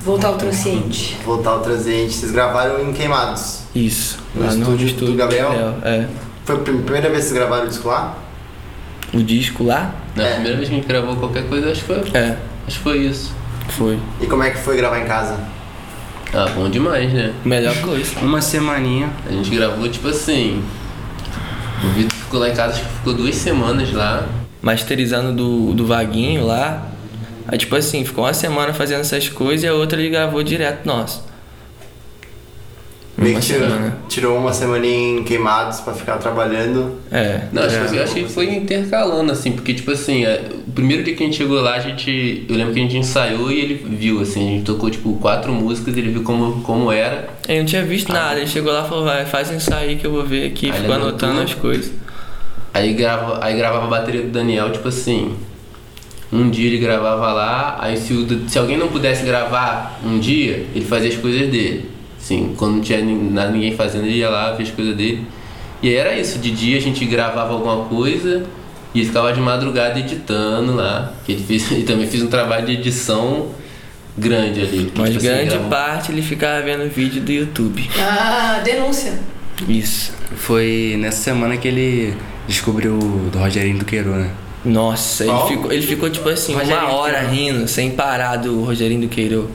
Speaker 3: Voltar ao transciente.
Speaker 2: Voltar ao transiente. Vocês gravaram em Queimados.
Speaker 5: Isso.
Speaker 2: No
Speaker 5: lá
Speaker 2: estúdio do Gabriel?
Speaker 5: É.
Speaker 2: Foi a prim- primeira vez que vocês gravaram o disco lá?
Speaker 5: O disco lá?
Speaker 4: Na
Speaker 2: É.
Speaker 4: primeira vez que a gente gravou qualquer coisa, acho que foi.
Speaker 5: É,
Speaker 4: Acho que foi isso.
Speaker 5: foi.
Speaker 2: E como é que foi gravar em casa?
Speaker 4: Ah, bom demais, né?
Speaker 5: Melhor coisa.
Speaker 6: Uma semaninha.
Speaker 4: A gente gravou tipo assim. O Vitor ficou lá em casa, acho que ficou duas semanas lá.
Speaker 5: Masterizando do, do Vaguinho lá. Aí, tipo assim, ficou uma semana fazendo essas coisas e a outra ele gravou direto nosso.
Speaker 2: Meio
Speaker 5: Uma
Speaker 2: que tirou,
Speaker 5: semana.
Speaker 2: tirou uma semana em Queimados pra ficar trabalhando.
Speaker 5: É.
Speaker 4: Não, acho, que, eu acho que foi intercalando, assim, porque, tipo assim, é, o primeiro dia que a gente chegou lá, a gente. Eu lembro que a gente ensaiou e ele viu, assim, a gente tocou, tipo, quatro músicas, ele viu como, como era.
Speaker 5: Ele não tinha visto nada, ele chegou lá e falou, vai, faz isso aí que eu vou ver aqui.
Speaker 4: Aí ele
Speaker 5: Ficou
Speaker 4: anotou.
Speaker 5: anotando as coisas.
Speaker 4: Aí, grava, aí gravava a bateria do Daniel, tipo assim. Um dia ele gravava lá, aí se, o Dan- se alguém não pudesse gravar um dia, ele fazia as coisas dele. Assim, quando não tinha nin- nada- ninguém fazendo, ele ia lá, fez as coisas dele. E aí era isso, de dia a gente gravava alguma coisa e ele ficava de madrugada editando lá. Que ele, fez, ele também fez um trabalho de edição grande ali. que,
Speaker 5: Mas
Speaker 4: tipo assim,
Speaker 5: grande
Speaker 4: gravou-
Speaker 5: parte ele ficava vendo vídeo do YouTube.
Speaker 3: Ah, denúncia.
Speaker 5: Isso.
Speaker 6: Foi nessa semana que ele descobriu o do Rogerinho do Queiro, né?
Speaker 5: Nossa, ele
Speaker 2: Qual?
Speaker 5: ficou, ele ficou tipo assim,
Speaker 6: Rogerinho
Speaker 5: uma
Speaker 6: do
Speaker 5: hora
Speaker 6: Queiroz.
Speaker 5: rindo, sem parar do Rogerinho do Queiroz.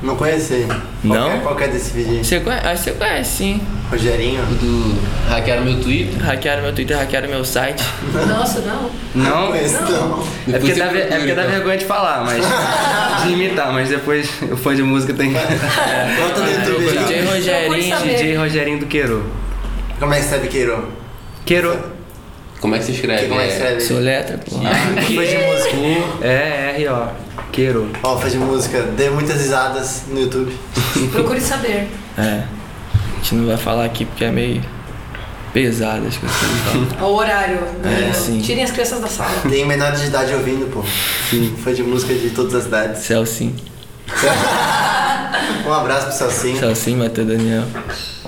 Speaker 2: Não conheci.
Speaker 5: Não?
Speaker 2: Qual que é, qual que é desse vídeo aí?
Speaker 5: Você conhece, acho que você conhece sim.
Speaker 2: Rogerinho?
Speaker 4: Do hackearam meu Twitter.
Speaker 5: Hackearam meu Twitter, hackearam meu site.
Speaker 3: Nossa, não.
Speaker 6: Não?
Speaker 2: Conheço, não.
Speaker 6: É
Speaker 4: Depois
Speaker 6: porque,
Speaker 4: você
Speaker 6: dá, ve- é
Speaker 4: procura,
Speaker 6: porque dá
Speaker 4: então.
Speaker 6: vergonha de falar, mas. de imitar, mas depois o fã de música tem que.
Speaker 2: Bota no
Speaker 6: Ah,
Speaker 2: YouTube aí,
Speaker 5: DJ
Speaker 3: Procure
Speaker 5: Rogerinho.
Speaker 3: saber.
Speaker 6: DJ Rogerinho do Queiro.
Speaker 2: ó. Como é que escreve Queiro?
Speaker 6: Queiro.
Speaker 4: Como é que se escreve?
Speaker 2: Que- Como é que
Speaker 4: É-
Speaker 2: escreve?
Speaker 5: Soletra, porra.
Speaker 4: Ah,
Speaker 2: Fã de música.
Speaker 6: É, E-R-O. Queiro.
Speaker 2: Ó, fã de música. Dei muitas risadas no YouTube.
Speaker 3: Procure saber.
Speaker 5: É. A gente não vai falar aqui porque é meio pesado as coisas. que ele fala.
Speaker 3: O horário. né?
Speaker 5: É, sim.
Speaker 3: Tirem as crianças da sala.
Speaker 2: Tem menores de idade ouvindo, pô. Fã de música de todas as idades.
Speaker 5: Celcinho.
Speaker 2: Um abraço pro Celcinho.
Speaker 5: Celcinho, Matheus Daniel.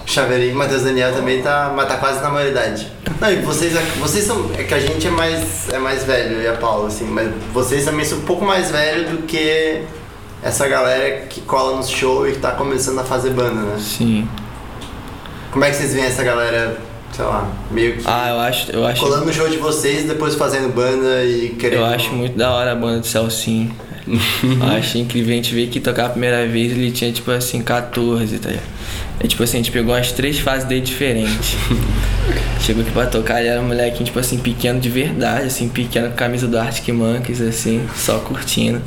Speaker 2: Chaveirinho, Matheus Daniel também tá, mas tá quase na maioridade. Não, e vocês, vocês são. É que a gente é mais, é mais velho, eu e a Paula, assim, mas vocês também são um pouco mais velhos do que essa galera que cola no show e que tá começando a fazer banda, né?
Speaker 5: Sim.
Speaker 2: Como é que vocês veem essa galera, sei lá, meio que
Speaker 5: Ah, eu acho, eu acho,
Speaker 2: colando no show de vocês, depois fazendo banda e querendo.
Speaker 5: eu acho muito da hora a banda do Celcinho. Eu acho incrível a gente ver que tocar a primeira vez ele tinha tipo assim 14, tá ligado? É tipo assim, a gente pegou umas três fases dele diferentes. Chegou aqui pra tocar, ele era um molequinho, tipo assim, pequeno de verdade, assim, pequeno com camisa do Arctic Monkeys, assim, só curtindo.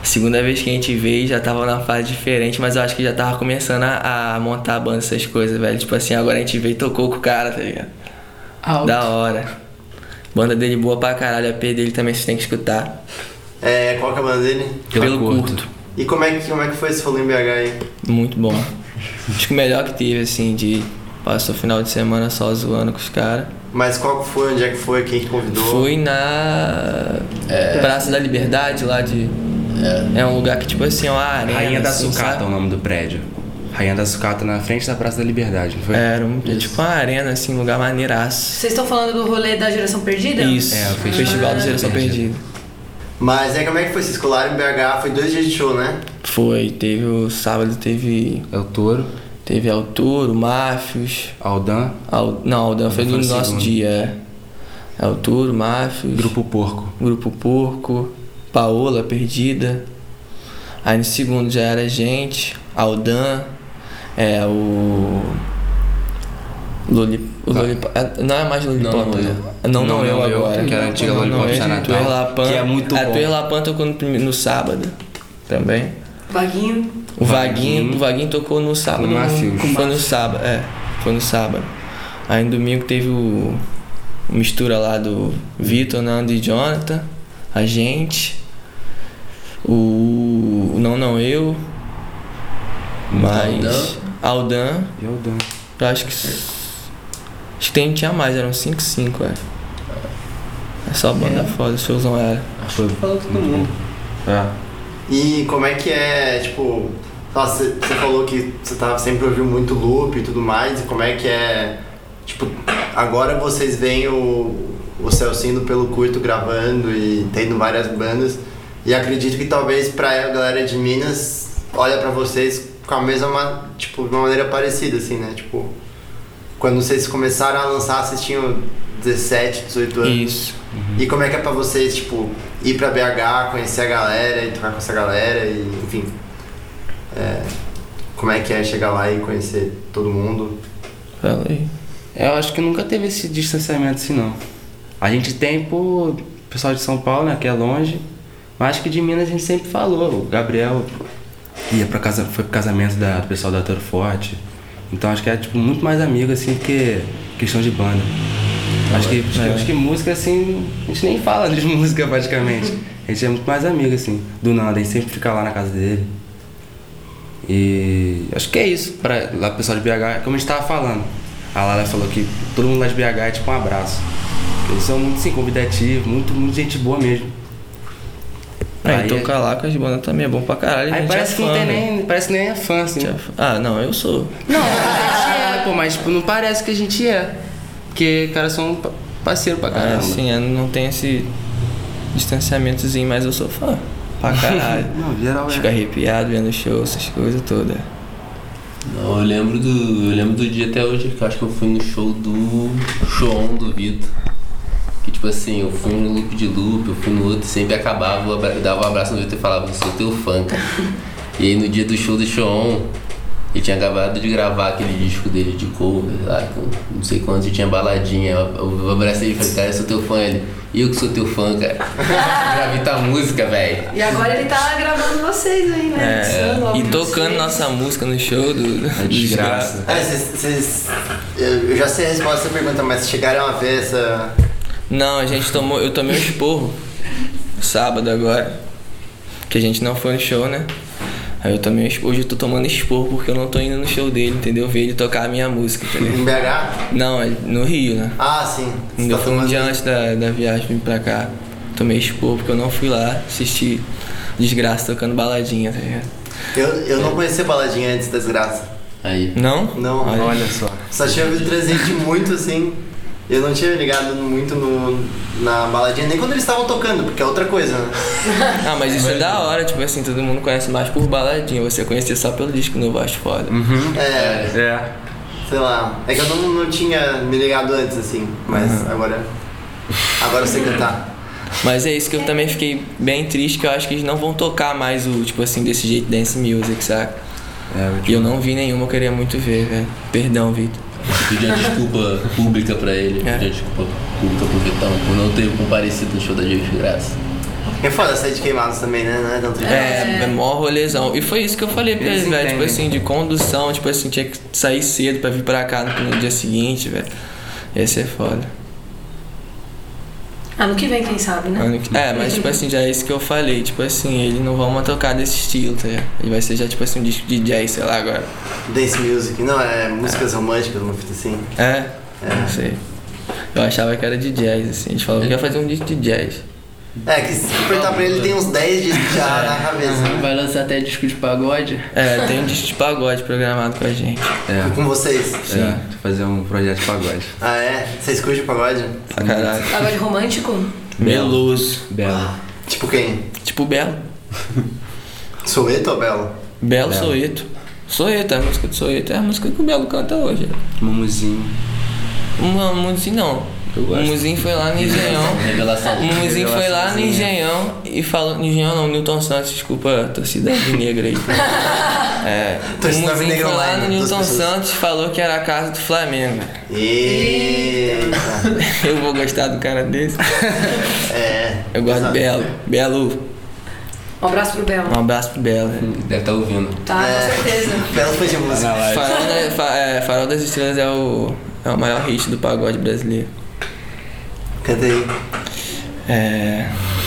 Speaker 5: Segunda vez que a gente veio, já tava numa fase diferente, mas eu acho que já tava começando a, a montar a banda, essas coisas, velho. Tipo assim, agora a gente veio e tocou com o cara, tá ligado?
Speaker 7: Alto.
Speaker 5: Da hora. Banda dele boa pra caralho, a P dele também vocês têm que escutar.
Speaker 2: É, qual que é a banda dele?
Speaker 5: Pelo curto.
Speaker 2: E como é que, como é que foi esse falou em BH aí?
Speaker 5: Muito bom. Acho que o melhor que teve, assim, de passar o final de semana só zoando com os caras.
Speaker 2: Mas qual que foi, onde é que foi, quem que convidou?
Speaker 5: Fui na Praça da Liberdade, lá de. É. um lugar que, tipo assim, é uma arena.
Speaker 6: Rainha da
Speaker 5: assim,
Speaker 6: Sucata é o
Speaker 5: sabe?
Speaker 6: nome do prédio. Rainha da Sucata na frente da Praça da Liberdade, não foi?
Speaker 5: Era um, tipo uma arena, assim, um lugar maneiraço.
Speaker 3: Vocês estão falando do rolê da geração perdida?
Speaker 5: Isso,
Speaker 6: É, o
Speaker 5: o Festival da Geração Perdida.
Speaker 2: Mas aí como é que foi? Vocês colaram em BH, foi dois dias de show, né?
Speaker 5: Foi, teve o sábado, teve.
Speaker 6: É o Touro,
Speaker 5: Teve Alturo, Máfios.
Speaker 6: Aldan,
Speaker 5: Al, não, Aldan foi
Speaker 6: Foi
Speaker 5: no
Speaker 6: no
Speaker 5: nosso
Speaker 6: segundo.
Speaker 5: dia. é. Alturo, Máfios.
Speaker 6: Grupo Porco.
Speaker 5: Grupo Porco, Paola Perdida. Aí no segundo já era gente, Aldan, é o. Loli, o
Speaker 6: Tá.
Speaker 5: Lollipop- é, não é mais Lollipop.
Speaker 4: Não, não,
Speaker 5: né?
Speaker 4: eu.
Speaker 5: Não, não,
Speaker 6: Não,
Speaker 5: eu
Speaker 6: não, eu,
Speaker 5: agora.
Speaker 6: que era a antiga Lollipop de Natal,
Speaker 5: Lapan,
Speaker 6: que é muito
Speaker 5: A
Speaker 6: bom.
Speaker 5: Tuer Lapan tocou no, prime- no sábado também.
Speaker 3: Vaguinho.
Speaker 5: O Vaguinho, o Vaguinho tocou no sábado.
Speaker 6: Com o Matheus.
Speaker 5: Foi no sábado, é. Foi no sábado. Aí no domingo teve o o mistura lá do Vitor, Nando e Jonathan, a gente, o, o Não Não Eu, mas Aldan,
Speaker 6: E Aldan.
Speaker 5: eu acho que acho que tem, tinha mais, eram 5 5, é. É só banda foda, o showzão era.
Speaker 6: Foi
Speaker 4: Falou todo mundo.
Speaker 6: É.
Speaker 2: E como é que é, tipo, nossa, você você falou que você tava sempre ouvindo muito loop e tudo mais, e como é que é, tipo, agora vocês veem o, o Celcindo pelo curto gravando e tendo várias bandas, e acredito que talvez pra a galera de Minas olha pra vocês com a mesma, ma- tipo, de uma maneira parecida, assim, né, tipo, quando vocês começaram a lançar, vocês tinham 17, 18
Speaker 6: É.
Speaker 2: anos.
Speaker 5: Isso.
Speaker 2: E como é que é pra vocês, tipo, ir pra BH, conhecer a galera e tocar com essa galera e, enfim. é, como é que é chegar lá e conhecer todo mundo?
Speaker 5: Fala aí.
Speaker 6: Eu acho que nunca teve esse distanciamento assim, não. A gente tem por pessoal de São Paulo, né, que é longe, mas acho que de Minas a gente sempre falou. O Gabriel ia pra casa, foi pro casamento da, do pessoal da Toro Forte. Então acho que é tipo, muito mais amigo assim do que questão de banda. Acho que, acho, que, acho que música assim, a gente nem fala de música praticamente. A gente é muito mais amigo assim, do nada, a gente sempre fica lá na casa dele. E acho que é isso para lá pro pessoal de BH, como a gente tava falando. A Lala falou que todo mundo lá de BH é tipo um abraço. Eles são muito assim, convidativos, muito, muito gente boa mesmo.
Speaker 5: Aí,
Speaker 6: Aí-
Speaker 5: tocar lá com as bandas também é bom pra caralho. É, então, a gente
Speaker 6: Aí parece
Speaker 5: é
Speaker 6: que não
Speaker 5: fã,
Speaker 6: tem
Speaker 5: né?
Speaker 6: nem. Parece que nem é fã, assim.
Speaker 5: Tinha f- Ah, não, eu sou.
Speaker 6: Não, a gente é, pô, mas tipo, não parece que a gente é. Porque, cara, são pa- parceiro pra
Speaker 5: Ah,
Speaker 6: caramba.
Speaker 5: assim, eu não tem esse distanciamentozinho, mas eu sou fã. Pra caralho.
Speaker 6: Não, geral
Speaker 5: Fico
Speaker 6: é.
Speaker 5: arrepiado vendo show, essas coisas todas.
Speaker 4: Não, eu lembro do. Eu lembro do dia até hoje que eu acho que eu fui no show do João do Vitor. Que tipo assim, eu fui no loop de loop, eu fui no outro, sempre acabava, eu abra- dava um abraço no Vitor e falava, eu sou teu fã, cara. E aí no dia do show do Sean, ele tinha acabado de gravar aquele disco dele de cover, lá, com não sei quantos, e tinha baladinha. Eu, eu, eu abracei e falei, cara, eu sou teu fã. Ele, eu que sou teu fã, cara. Gravei tua música, velho.
Speaker 3: E agora ele tá gravando vocês aí, né? Mixando
Speaker 5: É,
Speaker 3: álbum
Speaker 5: e
Speaker 3: de
Speaker 5: tocando
Speaker 3: vocês.
Speaker 5: nossa música no show do.
Speaker 6: É desgraça.
Speaker 2: É, vocês- vocês. Eu eu já sei a resposta à pergunta, mas chegaram a ver essa.
Speaker 5: Não, a gente tomou. Eu tomei um esporro sábado agora. Que a gente não foi no show, né? Aí eu tomei um esporro. Hoje eu tô tomando esporro porque eu não tô indo no show dele, entendeu? Ver ele tocar a minha música, entendeu?
Speaker 2: Em BH?
Speaker 5: Não, é no Rio, né?
Speaker 2: Ah, sim. Você
Speaker 5: Ainda
Speaker 2: tá
Speaker 5: foi um
Speaker 2: tomando-
Speaker 5: dia antes da, da viagem vim pra cá. Tomei expor porque eu não fui lá assistir desgraça tocando baladinha, tá ligado?
Speaker 2: Eu, eu não conhecia baladinha antes da desgraça.
Speaker 4: Aí.
Speaker 5: Não?
Speaker 2: Não,
Speaker 6: Olha só.
Speaker 2: Só tinha ouvido transente muito assim. Eu não tinha ligado muito no, na baladinha, nem quando eles estavam tocando, porque é outra coisa, né?
Speaker 5: Ah, mas isso é da hora, tipo assim, todo mundo conhece mais por baladinha, você conhecia só pelo disco né? novo, acho foda.
Speaker 2: É,
Speaker 6: É.
Speaker 2: Sei lá, é que eu não, não tinha me ligado antes, assim, mas agora. Agora eu sei cantar.
Speaker 5: Mas é isso que eu também fiquei bem triste, que eu acho que eles não vão tocar mais o, tipo assim, desse jeito dance music, saca?
Speaker 6: É,
Speaker 5: E eu não vi nenhuma, eu queria muito ver, velho. Perdão, Vitor.
Speaker 4: Pedi uma desculpa pública pra ele,
Speaker 5: É.
Speaker 4: pedi uma desculpa pública pro Vitão por não ter comparecido no show da Dias de Graça.
Speaker 2: É foda sair de queimados também, né? Não é tanto
Speaker 5: É, é mó rolezão. E foi isso que eu falei pra
Speaker 6: Eles
Speaker 5: eles, velho. Tipo
Speaker 6: entendem.
Speaker 5: assim, de condução, tipo assim, tinha que sair cedo pra vir pra cá no, no dia seguinte, velho. Ia ser foda.
Speaker 3: Ano Ah, que vem, quem sabe, né?
Speaker 5: Ano que- É, mas tipo assim, já é isso que eu falei. Tipo assim, eles não vão mais tocar desse estilo, tá ligado? Ele vai ser já tipo assim um disco de jazz, sei lá agora.
Speaker 2: Dance music, não, é músicas românticas, uma fita assim.
Speaker 6: É.
Speaker 5: É? Não sei. Eu achava que era de jazz, assim. Eles falavam que ia fazer um disco de jazz.
Speaker 2: É, que se perguntar pra ele, tem uns 10 discos já na cabeça. né?
Speaker 7: Vai lançar até disco de pagode.
Speaker 5: É, tem um disco de pagode programado com a gente.
Speaker 2: Fui
Speaker 6: É,
Speaker 2: Com vocês.
Speaker 6: é, fazer um projeto de pagode.
Speaker 2: Ah, é? Vocês curtem pagode?
Speaker 5: Pra caralho.
Speaker 3: Agora de romântico? um
Speaker 5: Meloso.
Speaker 6: Belo.
Speaker 2: Tipo quem?
Speaker 5: Tipo Belo.
Speaker 2: Sou eu ou Belo?
Speaker 5: Belo
Speaker 6: Belo.
Speaker 5: Soeto. Soeto, a música do Soeto. É a música que o Belo canta hoje. né?
Speaker 6: Mumuzinho.
Speaker 5: Uma Mumuzinho não.
Speaker 6: Eu
Speaker 5: O
Speaker 6: gosto.
Speaker 5: Mumuzinho foi lá no Engenhão.
Speaker 4: Revelação.
Speaker 5: O Mumuzinho foi lá no Engenhão e falou. no Engenhão não, Newton Santos, desculpa, a torcida negra aí. É, o
Speaker 2: Torcida
Speaker 3: um
Speaker 5: Mumuzinho
Speaker 2: negra
Speaker 5: foi lá
Speaker 2: online,
Speaker 5: no
Speaker 2: duas
Speaker 5: Newton
Speaker 2: pessoas.
Speaker 5: Santos falou que era a casa do Flamengo.
Speaker 2: Eita.
Speaker 5: Eu vou gostar do cara desse.
Speaker 3: Ah,
Speaker 2: É.
Speaker 5: Eu gosto do
Speaker 2: Exato.
Speaker 5: Belo. Belo,
Speaker 3: Um abraço pro Belo.
Speaker 5: um abraço pro Belo.
Speaker 4: Deve estar ouvindo.
Speaker 3: Tá,
Speaker 2: É.
Speaker 3: com certeza.
Speaker 2: Belo foi de música.
Speaker 5: Farol, da- fa- é, Farol das Estrelas é o, é o maior hit do pagode brasileiro.
Speaker 2: Canta aí.
Speaker 5: É.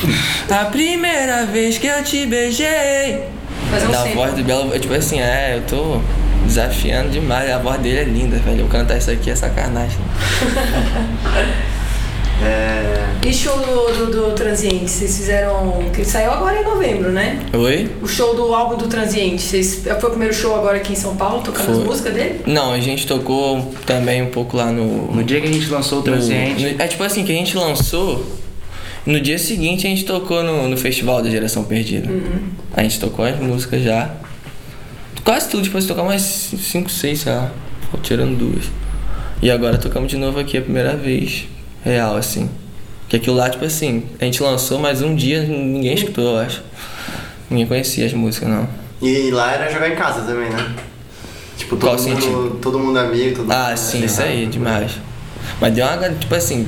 Speaker 5: A primeira vez que eu te beijei.
Speaker 3: Fazer um
Speaker 5: Na
Speaker 3: sample.
Speaker 5: voz do Belo, eu, tipo assim, é, eu tô desafiando demais. A voz dele é linda, velho. Eu cantar isso aqui é sacanagem.
Speaker 2: É.
Speaker 3: E show do, do, do Transiente, vocês fizeram. que saiu agora em novembro, né?
Speaker 5: Oi?
Speaker 3: O show do álbum do Transiente, vocês, foi o primeiro show agora aqui em São Paulo, tocando
Speaker 5: Foi.
Speaker 3: as músicas dele?
Speaker 5: Não, a gente tocou também um pouco lá no.
Speaker 6: No dia que a gente lançou o Transiente,
Speaker 5: no- é tipo assim, que a gente lançou. No dia seguinte a gente tocou no, no Festival da Geração Perdida. A gente tocou as músicas já. Quase tudo, depois tocar mais 5, 6, sei lá. Tirando duas. E agora tocamos de novo aqui a primeira vez. Real, assim. Que aquilo lá, tipo assim, a gente lançou, mas um dia ninguém escutou, eu acho. Ninguém conhecia as músicas, não.
Speaker 2: E lá era jogar em casa também, né? Tipo, todo,
Speaker 5: Qual
Speaker 2: mundo,
Speaker 5: sentido?
Speaker 2: todo mundo amigo, todo
Speaker 5: Ah,
Speaker 2: mundo-
Speaker 5: sim, isso aí, demais. Mas deu uma. Tipo assim.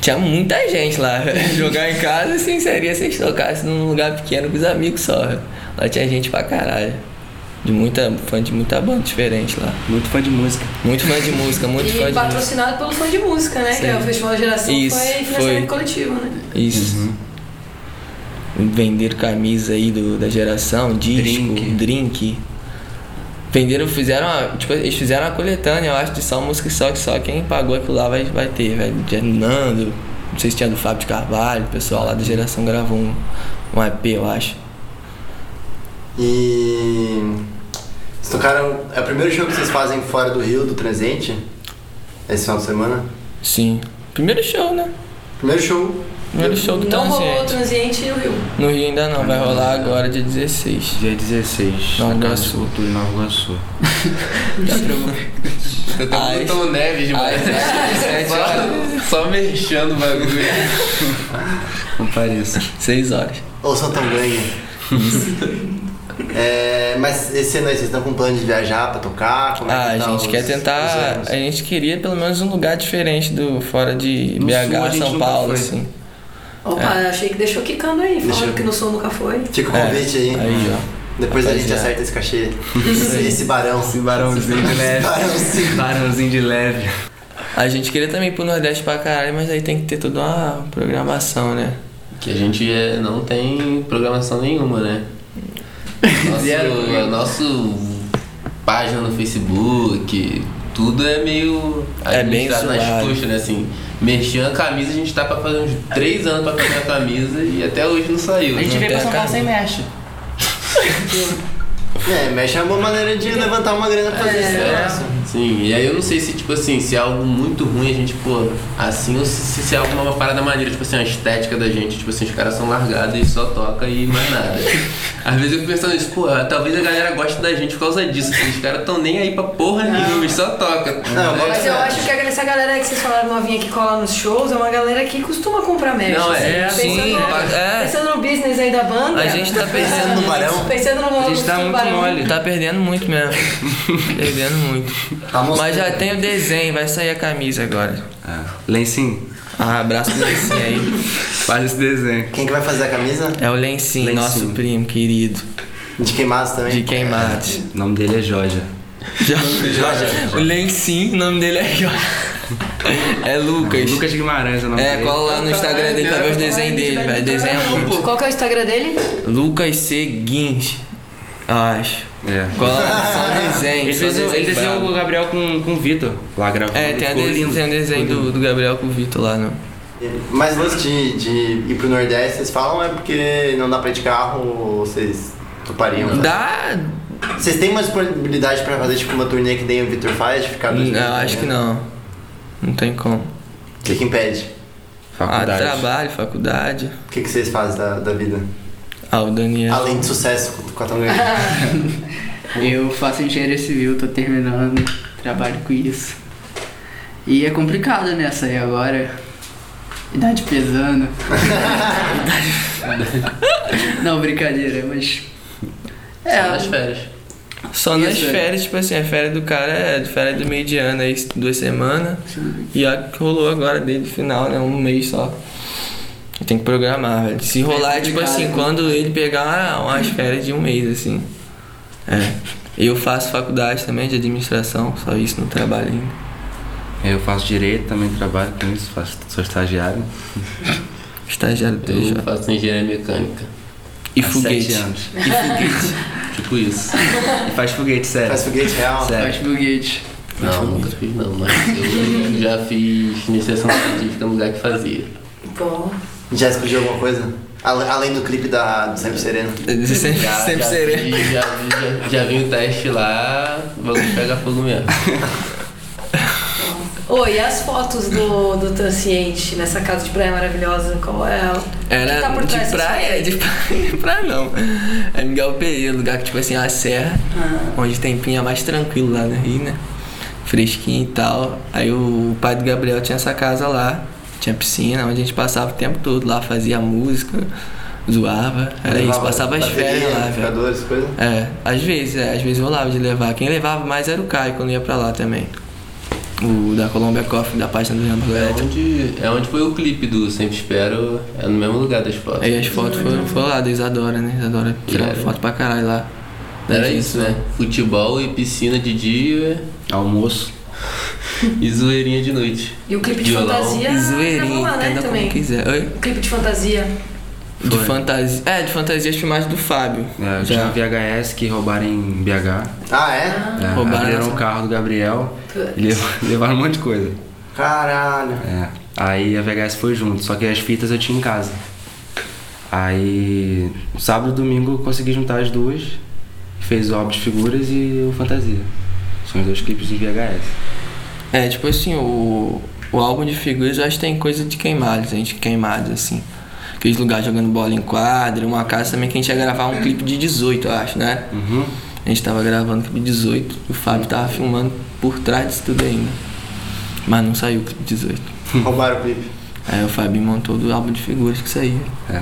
Speaker 5: Tinha muita gente lá. Jogar em casa, assim, seria se a gente tocasse num lugar pequeno com os amigos só. Lá tinha gente pra caralho. De muita. fã de muita banda diferente lá.
Speaker 6: muito fã de música.
Speaker 5: Muito fã de música, muito fã
Speaker 3: E
Speaker 5: de música.
Speaker 3: patrocinado pelo Fã de Música, né? Que
Speaker 5: Sim.
Speaker 3: é o Festival da Geração,
Speaker 5: Isso,
Speaker 3: foi financiamento
Speaker 5: foi.
Speaker 3: coletivo, né?
Speaker 5: Isso. Venderam camisa aí do, da geração, disco,
Speaker 6: Drink.
Speaker 5: drink. Venderam, fizeram uma, tipo, eles fizeram uma coletânea, eu acho, de só música e só que só quem pagou aquilo lá vai, vai ter, velho. De Nando, não sei se tinha do Fábio de Carvalho, o pessoal lá da geração gravou um, um EP, eu acho.
Speaker 2: E. Vocês tocaram. É o primeiro show que vocês fazem fora do Rio, do Transente? Esse final de semana?
Speaker 5: Sim. Primeiro show, né?
Speaker 2: Primeiro show.
Speaker 5: Primeiro show do
Speaker 3: Não rolou o
Speaker 5: Transciente.
Speaker 3: Transiente no Rio.
Speaker 5: No Rio ainda não, vai rolar agora dia 16.
Speaker 6: Dia 16.
Speaker 5: Nova
Speaker 6: na Casa
Speaker 5: Iguaçu.
Speaker 6: de Cultura em Nova Iguaçu.
Speaker 5: Tá
Speaker 4: Eu tô com
Speaker 5: Ai.
Speaker 4: o Tom Neves demais. né? É Só, só mexendo o bagulho.
Speaker 6: Compareça.
Speaker 5: 6 horas.
Speaker 2: Ou são tão gangue. É, mas esse ano aí, vocês estão com plano de viajar pra tocar? Como é
Speaker 5: Ah,
Speaker 2: que
Speaker 5: a
Speaker 2: tá
Speaker 5: gente
Speaker 2: os-
Speaker 5: quer
Speaker 2: os
Speaker 5: tentar.
Speaker 2: ânimos?
Speaker 5: A gente queria pelo menos um lugar diferente do fora de
Speaker 6: No
Speaker 5: BH,
Speaker 6: sul a gente
Speaker 5: São
Speaker 6: nunca
Speaker 5: Paulo,
Speaker 6: foi.
Speaker 5: assim.
Speaker 3: Opa,
Speaker 5: É.
Speaker 3: achei que deixou quicando aí,
Speaker 2: Deixou.
Speaker 3: falaram que no som nunca foi.
Speaker 2: Fica o convite aí.
Speaker 5: Aí, ó.
Speaker 2: Depois a gente
Speaker 5: Rapaziada.
Speaker 2: acerta esse cachê. Esse, esse barão.
Speaker 6: Esse barãozinho de leve.
Speaker 2: Barãozinho.
Speaker 6: Barãozinho de leve.
Speaker 5: A gente queria também ir pro Nordeste pra caralho, mas aí tem que ter toda uma programação, né?
Speaker 4: Que a gente é, não tem programação nenhuma, né? Nosso,
Speaker 6: Zero.
Speaker 4: a nosso página no Facebook, tudo é meio.
Speaker 5: É bem
Speaker 4: administrado nas
Speaker 5: suave.
Speaker 4: coxas, né? Assim, mexendo a camisa, a gente tá pra fazer uns três anos pra fazer a camisa e até hoje não saiu. né?
Speaker 5: gente veio pra São Paulo sem
Speaker 6: mexe.
Speaker 2: É, mexe é uma maneira de levantar uma grana pra fazer
Speaker 4: É.
Speaker 2: esse negócio.
Speaker 4: Sim, e aí eu não sei se, tipo assim, se é algo muito ruim a gente pô assim ou se, se é alguma uma parada maneira, tipo assim, a estética da gente, tipo assim, os caras são largados e só toca e mais nada. Às vezes eu fico pensando nisso, pô, talvez a galera goste da gente por causa disso, assim, os caras tão nem aí pra porra nenhuma, eles só toca.
Speaker 2: Não,
Speaker 4: é,
Speaker 3: Mas eu acho que essa galera que vocês falaram novinha que cola nos shows é uma galera que costuma comprar merch.
Speaker 4: Não,
Speaker 3: assim.
Speaker 4: é,
Speaker 3: pensando,
Speaker 5: sim, é.
Speaker 3: pensando no business aí da banda.
Speaker 5: A gente tá
Speaker 2: Pensando no barão.
Speaker 3: Pensando no
Speaker 6: A gente tá
Speaker 3: no
Speaker 6: muito
Speaker 3: barão.
Speaker 6: mole.
Speaker 5: Tá perdendo muito mesmo. perdendo muito.
Speaker 2: Tá mostrando.
Speaker 5: Mas já tem o desenho, vai sair a camisa agora.
Speaker 6: Ah, lencinho,
Speaker 5: Ah, abraço do Lencinho aí.
Speaker 6: faz esse desenho.
Speaker 2: Quem que vai fazer a camisa?
Speaker 5: É o Lencinho,
Speaker 6: Lencinho.
Speaker 5: nosso primo querido,
Speaker 2: De queimados também?
Speaker 5: de queimados.
Speaker 6: O nome dele é Jorge.
Speaker 5: O Lencinho, o nome dele é Jorge. É Lucas.
Speaker 6: Lucas Guimarães é o nome
Speaker 5: É,
Speaker 6: dele.
Speaker 5: cola lá no Instagram dele pra ver os desenhos dele, velho. Desenha muito.
Speaker 3: Qual que é o Instagram dele?
Speaker 5: Lucas C. Guins, eu acho.
Speaker 6: É.
Speaker 5: Cola lá, só desenho.
Speaker 6: Ele
Speaker 5: só
Speaker 6: desenhou, ele
Speaker 5: desenho
Speaker 6: desenhou
Speaker 5: brabo.
Speaker 6: o Gabriel com, com o Vitor. Lá gravou.
Speaker 5: É, tem, a
Speaker 6: Ficou
Speaker 5: desen-
Speaker 6: lindo.
Speaker 5: tem um desenho do, do Gabriel com o Vitor lá no.
Speaker 2: Mas lance de, de ir pro Nordeste, vocês falam é porque não dá pra ir de carro ou vocês topariam?
Speaker 5: Dá.
Speaker 2: Vocês têm uma disponibilidade pra fazer tipo uma turnê que nem o Victor faz, de ficar dois meses
Speaker 5: Não, Hum, acho que
Speaker 2: turnê?
Speaker 5: não. Não tem como.
Speaker 2: O que, que impede?
Speaker 5: Ah,
Speaker 6: Faculdade.
Speaker 5: trabalho, faculdade.
Speaker 2: O que, que vocês fazem da, da vida?
Speaker 5: Ah, o Daniel.
Speaker 2: Além de sucesso com- com a Tanganha.
Speaker 5: É.
Speaker 7: Eu faço engenharia civil, tô terminando, trabalho com isso. E é complicado nessa aí agora. Idade pesando. Idade- Não, brincadeira, mas.
Speaker 4: Só é, nas férias.
Speaker 5: Só nas
Speaker 7: Isso, é.
Speaker 5: férias, tipo assim, a férias do cara é de férias do meio de ano, aí duas semanas. E a que rolou agora desde o final, né? Um mês só. Tem que programar, velho. Se rolar, tipo
Speaker 7: complicado,
Speaker 5: assim,
Speaker 7: né?
Speaker 5: quando ele pegar umas férias de um mês, assim. É. Eu faço faculdade também de administração, só isso no trabalho ainda.
Speaker 6: Eu faço direito, também trabalho com isso, faço, sou estagiário.
Speaker 5: Estagiário do TJ.
Speaker 4: Eu faço engenharia mecânica.
Speaker 5: E
Speaker 6: Há
Speaker 5: foguete.
Speaker 6: Sete anos.
Speaker 5: E foguete.
Speaker 4: Tipo isso.
Speaker 6: E faz foguete, sério.
Speaker 2: Faz foguete real?
Speaker 6: Sério.
Speaker 7: Faz foguete.
Speaker 4: Não, nunca fiz não, mas eu já fiz iniciação científica no lugar que fazia.
Speaker 3: Bom.
Speaker 2: Já explodiu alguma coisa? Ale- Além do clipe da, do Sempre Sereno.
Speaker 5: sempre
Speaker 4: Já,
Speaker 5: sempre
Speaker 4: já
Speaker 5: sereno.
Speaker 4: vi, já, vi, já, já vi um teste lá, o bagulho pega fogo mesmo.
Speaker 3: Oi, e as fotos do, do Transciente nessa casa de praia maravilhosa? Qual é? a-
Speaker 5: Era
Speaker 3: Quem tá por trás
Speaker 5: de
Speaker 3: dessas
Speaker 5: praia,
Speaker 3: fotos?
Speaker 5: de praia, de praia não. É Miguel Pereira, lugar que tipo assim, é uma serra,
Speaker 3: Ah.
Speaker 5: onde tem pinha mais tranquilo lá no Rio, né? Fresquinho e tal. Aí o pai do Gabriel tinha essa casa lá, tinha piscina, onde a gente passava o tempo todo lá, fazia música, zoava. Era É isso, passava as férias lá, velho.
Speaker 2: Jogadores, coisa.
Speaker 5: É, às vezes, é, às vezes rolava de levar. Quem levava mais era o Caio quando ia pra lá também. O da Colômbia Coffee, da página do Leandro
Speaker 4: É
Speaker 5: Goretti.
Speaker 4: onde, é onde foi o clipe do Sempre Espero, é no mesmo lugar das fotos.
Speaker 5: Aí as fotos foram, foram lá da Isadora, né? Isadora tirava
Speaker 4: Irado.
Speaker 5: foto pra caralho lá.
Speaker 4: Era isso, né? Futebol e piscina de dia
Speaker 6: Almoço.
Speaker 4: e zoeirinha de noite.
Speaker 3: E o clipe de
Speaker 4: Violão.
Speaker 3: fantasia.
Speaker 5: E
Speaker 3: gravou
Speaker 5: zoeirinha,
Speaker 3: lá, né,
Speaker 5: entenda como
Speaker 3: também.
Speaker 5: quiser. Oi?
Speaker 3: O clipe de fantasia.
Speaker 5: De
Speaker 6: Foi.
Speaker 5: fantasia. É, de fantasia as filmagens do Fábio.
Speaker 6: É, eu tinha um VHS que roubaram em BH.
Speaker 2: Ah, é?
Speaker 6: É,
Speaker 5: Roubaram
Speaker 6: abriram
Speaker 5: essa-
Speaker 6: o carro do Gabriel
Speaker 3: Putz.
Speaker 6: e lev- levaram um monte de coisa.
Speaker 2: Caralho.
Speaker 6: É. Aí a VHS foi junto, só que as fitas eu tinha em casa. Aí sábado e domingo eu consegui juntar as duas, fez o álbum de figuras e o Fantasia. São os dois clipes de VHS.
Speaker 5: É, tipo assim, o, o álbum de figuras eu acho que tem coisa de queimados, a gente queimados, assim. Aqueles lugares jogando bola em quadra, uma casa também que a gente ia gravar um clipe de 18, eu acho, né?
Speaker 6: Uhum.
Speaker 5: A gente tava gravando o clipe de 18, o Fábio tava filmando por trás disso tudo ainda. Mas não saiu o clipe de 18.
Speaker 2: Roubaram o clipe.
Speaker 5: Aí o Fabinho montou do álbum de figuras que saiu.
Speaker 6: É.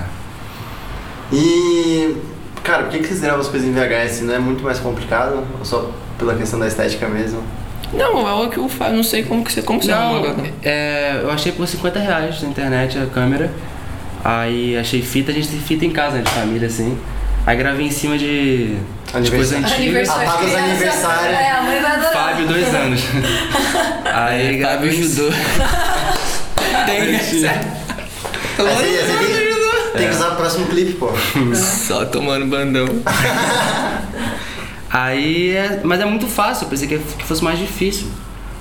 Speaker 2: E. Cara, por que, que vocês gravam as coisas em VHS? Não é muito mais complicado? Ou só pela questão da estética mesmo?
Speaker 5: Não, é o que o Fábio, não sei como que você, como você arrumou
Speaker 6: Não,
Speaker 5: agora.
Speaker 6: é, eu achei por 50 reais na internet a câmera. Aí achei fita, a gente tem fita em casa, né, de família assim. Aí gravei em cima de, de coisa
Speaker 2: Aniversário.
Speaker 6: antiga.
Speaker 2: Ah, faz os
Speaker 3: de criança.
Speaker 2: aniversários.
Speaker 3: É, a mãe vai adorar.
Speaker 6: Fábio, dois anos. Aí
Speaker 5: É, Fábio
Speaker 6: gravei em
Speaker 5: ajudou. Tem né? Tá essa.
Speaker 2: Aí você- aí você tem,
Speaker 5: né?
Speaker 2: que- tem que usar o próximo clipe, pô.
Speaker 5: Só tomando bandão.
Speaker 6: Aí é, mas é muito fácil, eu pensei que que fosse mais difícil.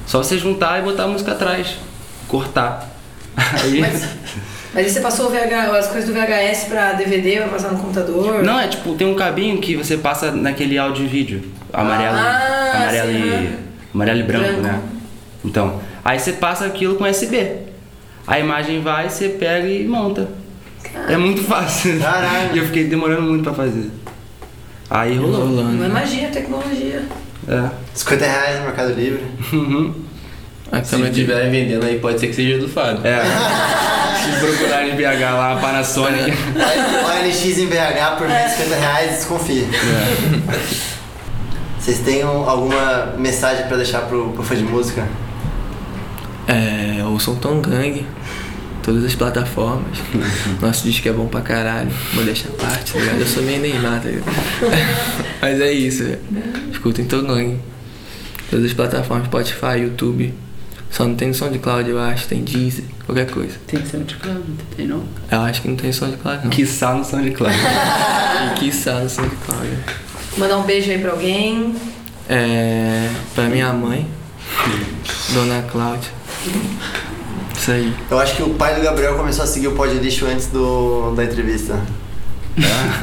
Speaker 6: Só você juntar e botar a música atrás, cortar. Aí,
Speaker 3: Mas aí você passou o VH, as coisas do VHS pra DVD, vai passar no computador?
Speaker 6: não, é tipo, tem um cabinho que você passa naquele áudio e vídeo, amarelo,
Speaker 3: Ah,
Speaker 6: amarelo
Speaker 3: sim,
Speaker 6: e
Speaker 3: aham.
Speaker 6: amarelo e branco,
Speaker 3: Branco.
Speaker 6: né? Então, aí você passa aquilo com USB. A imagem vai, você pega e monta. É muito fácil.
Speaker 2: Caralho.
Speaker 6: E eu fiquei demorando muito pra fazer. Aí rolou.
Speaker 3: Não é magia, é tecnologia.
Speaker 6: É.
Speaker 2: 50 reais no Mercado Livre.
Speaker 5: A
Speaker 4: Se
Speaker 5: câmera de
Speaker 4: estiverem vendendo aí, pode ser que seja do Fábio.
Speaker 6: É. Se procurar em BH lá, a Panasonic.
Speaker 2: OLX em BH por 50 reais, desconfia. Vocês têm um- alguma mensagem pra deixar pro, pro fã de música?
Speaker 5: É, ouçam Tom Gang. Todas as plataformas. Nosso disco é bom pra caralho. Modéstia à parte, tá ligado? Eu sou meio Neymar, tá ligado? Mas é isso, velho. Escutem Tom Gang. Todas as plataformas, Spotify, YouTube. Só não tem som de cloud, eu acho. Tem Deezer, qualquer coisa.
Speaker 7: Tem SoundCloud, não tem não?
Speaker 5: Eu acho que não tem som de cloud, não. Ah.
Speaker 6: Quiçá no SoundCloud.
Speaker 5: E quiçá no som de cloud.
Speaker 3: Mandar um beijo aí pra alguém.
Speaker 5: É, pra minha mãe, Dona Cláudia. Isso aí.
Speaker 2: Eu acho que o pai do Gabriel começou a seguir o Pod Lixo antes do, da entrevista.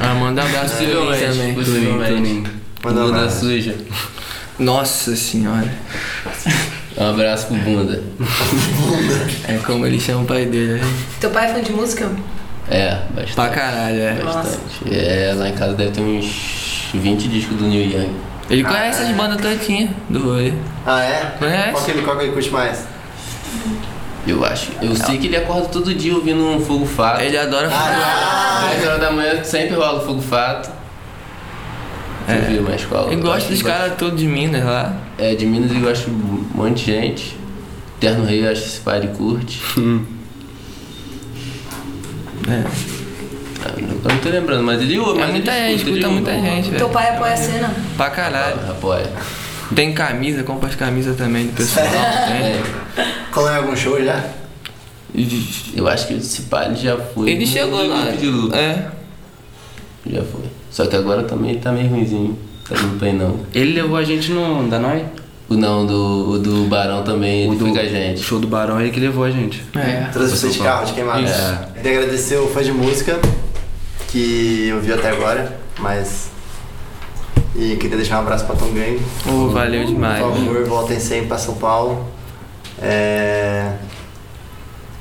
Speaker 5: Ah, manda um abraço pra mim também.
Speaker 6: Tuninho, Tuninho.
Speaker 2: Manda um
Speaker 4: Bunda
Speaker 2: abraço.
Speaker 4: suja.
Speaker 5: Nossa senhora.
Speaker 4: Um abraço pro Bunda.
Speaker 5: É como ele chama o pai dele. né?
Speaker 3: Teu pai é fã de música?
Speaker 4: É, bastante.
Speaker 5: Pra caralho, é.
Speaker 4: Bastante. É, lá em casa deve ter uns 20 discos do New Young.
Speaker 5: Ele conhece as bandas todinhas do rolê.
Speaker 2: Ah, é?
Speaker 5: Conhece?
Speaker 2: Qual que ele, qual que ele curte mais?
Speaker 4: Eu acho. Eu sei que ele acorda todo dia ouvindo um fogo fato.
Speaker 5: É. Ele adora
Speaker 2: Ah,
Speaker 4: 10 horas da manhã sempre rola fogo fato.
Speaker 5: É.
Speaker 4: Tu viu mais qual?
Speaker 5: Ele gosta dos caras todos de Minas lá.
Speaker 4: É, de Minas ele gosta de um monte de gente. Terno Rei, eu acho que esse pai ele curte.
Speaker 5: É.
Speaker 4: Ah, não- Eu não tô lembrando, mas ele ouve,
Speaker 5: É
Speaker 4: mas
Speaker 5: muita
Speaker 4: ele
Speaker 5: gente,
Speaker 4: ele é
Speaker 5: escuta muita
Speaker 4: ouve.
Speaker 5: gente,
Speaker 3: Teu
Speaker 5: velho.
Speaker 3: pai apoia a cena.
Speaker 5: Pra caralho.
Speaker 4: Ah, Apoia.
Speaker 5: Tem camisa, compra as camisas também do pessoal.
Speaker 4: É.
Speaker 5: né?
Speaker 2: Colou em é algum show já?
Speaker 4: Eu acho que esse pai ele já foi.
Speaker 5: Ele
Speaker 4: no
Speaker 5: chegou lá.
Speaker 4: grupo de luta.
Speaker 5: É.
Speaker 4: Já foi. Só que agora também tá meio ruimzinho. Tá não tem não.
Speaker 6: Ele levou a gente no Danói?
Speaker 4: O não do, o do Barão também, ele foi com a gente.
Speaker 6: show do Barão, ele que levou a gente.
Speaker 5: É.
Speaker 2: Trouxe um É. você de carro, de queimado.
Speaker 4: Isso.
Speaker 2: Queria agradecer o fã de música que eu vi até agora, mas. E queria deixar um abraço pra Tom Gang.
Speaker 5: Pô, valeu
Speaker 2: Por
Speaker 5: demais.
Speaker 2: favor, voltem sempre pra São Paulo. É...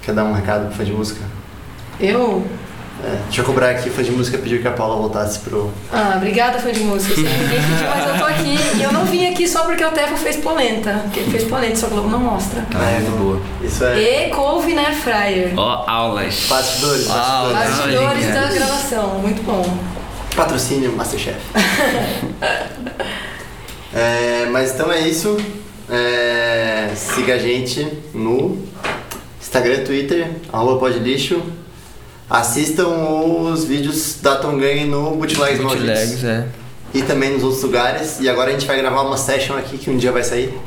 Speaker 2: Quer dar um recado pro fã de música?
Speaker 3: Eu?
Speaker 2: É, deixa eu cobrar aqui, fã de música pediu que a Paula voltasse pro.
Speaker 3: Ah, obrigada, fã de música. Ninguém pediu, mas eu tô aqui. E eu não vim aqui só porque o Tefo fez polenta. Porque ele fez polenta, só que o Globo não mostra.
Speaker 2: É,
Speaker 6: Caralho, boa.
Speaker 2: Isso é.
Speaker 3: E couve na air fryer.
Speaker 6: Ó, aulas.
Speaker 2: Bastidores, bastidores.
Speaker 3: Bastidores
Speaker 6: olha,
Speaker 3: da
Speaker 6: cara.
Speaker 3: gravação, muito bom.
Speaker 2: Patrocínio Masterchef. É, mas então é isso. É, siga a gente no Instagram, Twitter, arroba podlixo. Assistam os vídeos da Tom Gang no Bootlegs Malditos.
Speaker 5: Bootlegs, é.
Speaker 2: E também nos outros lugares. E agora a gente vai gravar uma session aqui que um dia vai sair.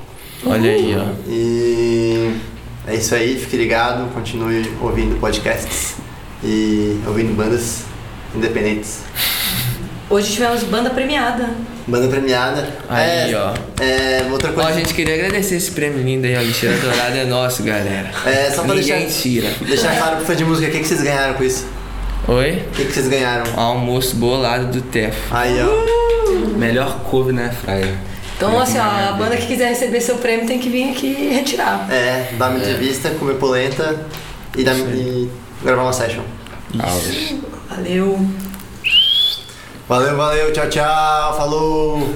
Speaker 5: Olha aí, ó.
Speaker 2: E é isso aí, fique ligado, continue ouvindo podcasts e ouvindo bandas independentes.
Speaker 3: Hoje tivemos banda premiada.
Speaker 2: Banda premiada.
Speaker 5: Aí,
Speaker 2: é,
Speaker 5: ó.
Speaker 2: É, outra
Speaker 5: Ó,
Speaker 2: coisa.
Speaker 5: a gente queria agradecer esse prêmio lindo aí, ó. Lixeira Dourada é nosso, galera.
Speaker 2: É, só pra
Speaker 5: Ninguém
Speaker 2: deixar-
Speaker 5: tira.
Speaker 2: Deixar claro pro fã de música, o que, que vocês ganharam com isso?
Speaker 5: Oi?
Speaker 2: O que, que vocês ganharam?
Speaker 5: Almoço bolado do Tefo.
Speaker 2: Aí, ó.
Speaker 6: Melhor couve na fraia.
Speaker 3: Então, assim, ó, a banda que quiser receber seu prêmio tem que vir aqui retirar.
Speaker 2: É, dar uma entrevista, comer polenta e, dar, e gravar uma session.
Speaker 3: Valeu.
Speaker 2: Valeu, valeu, tchau, tchau, falou!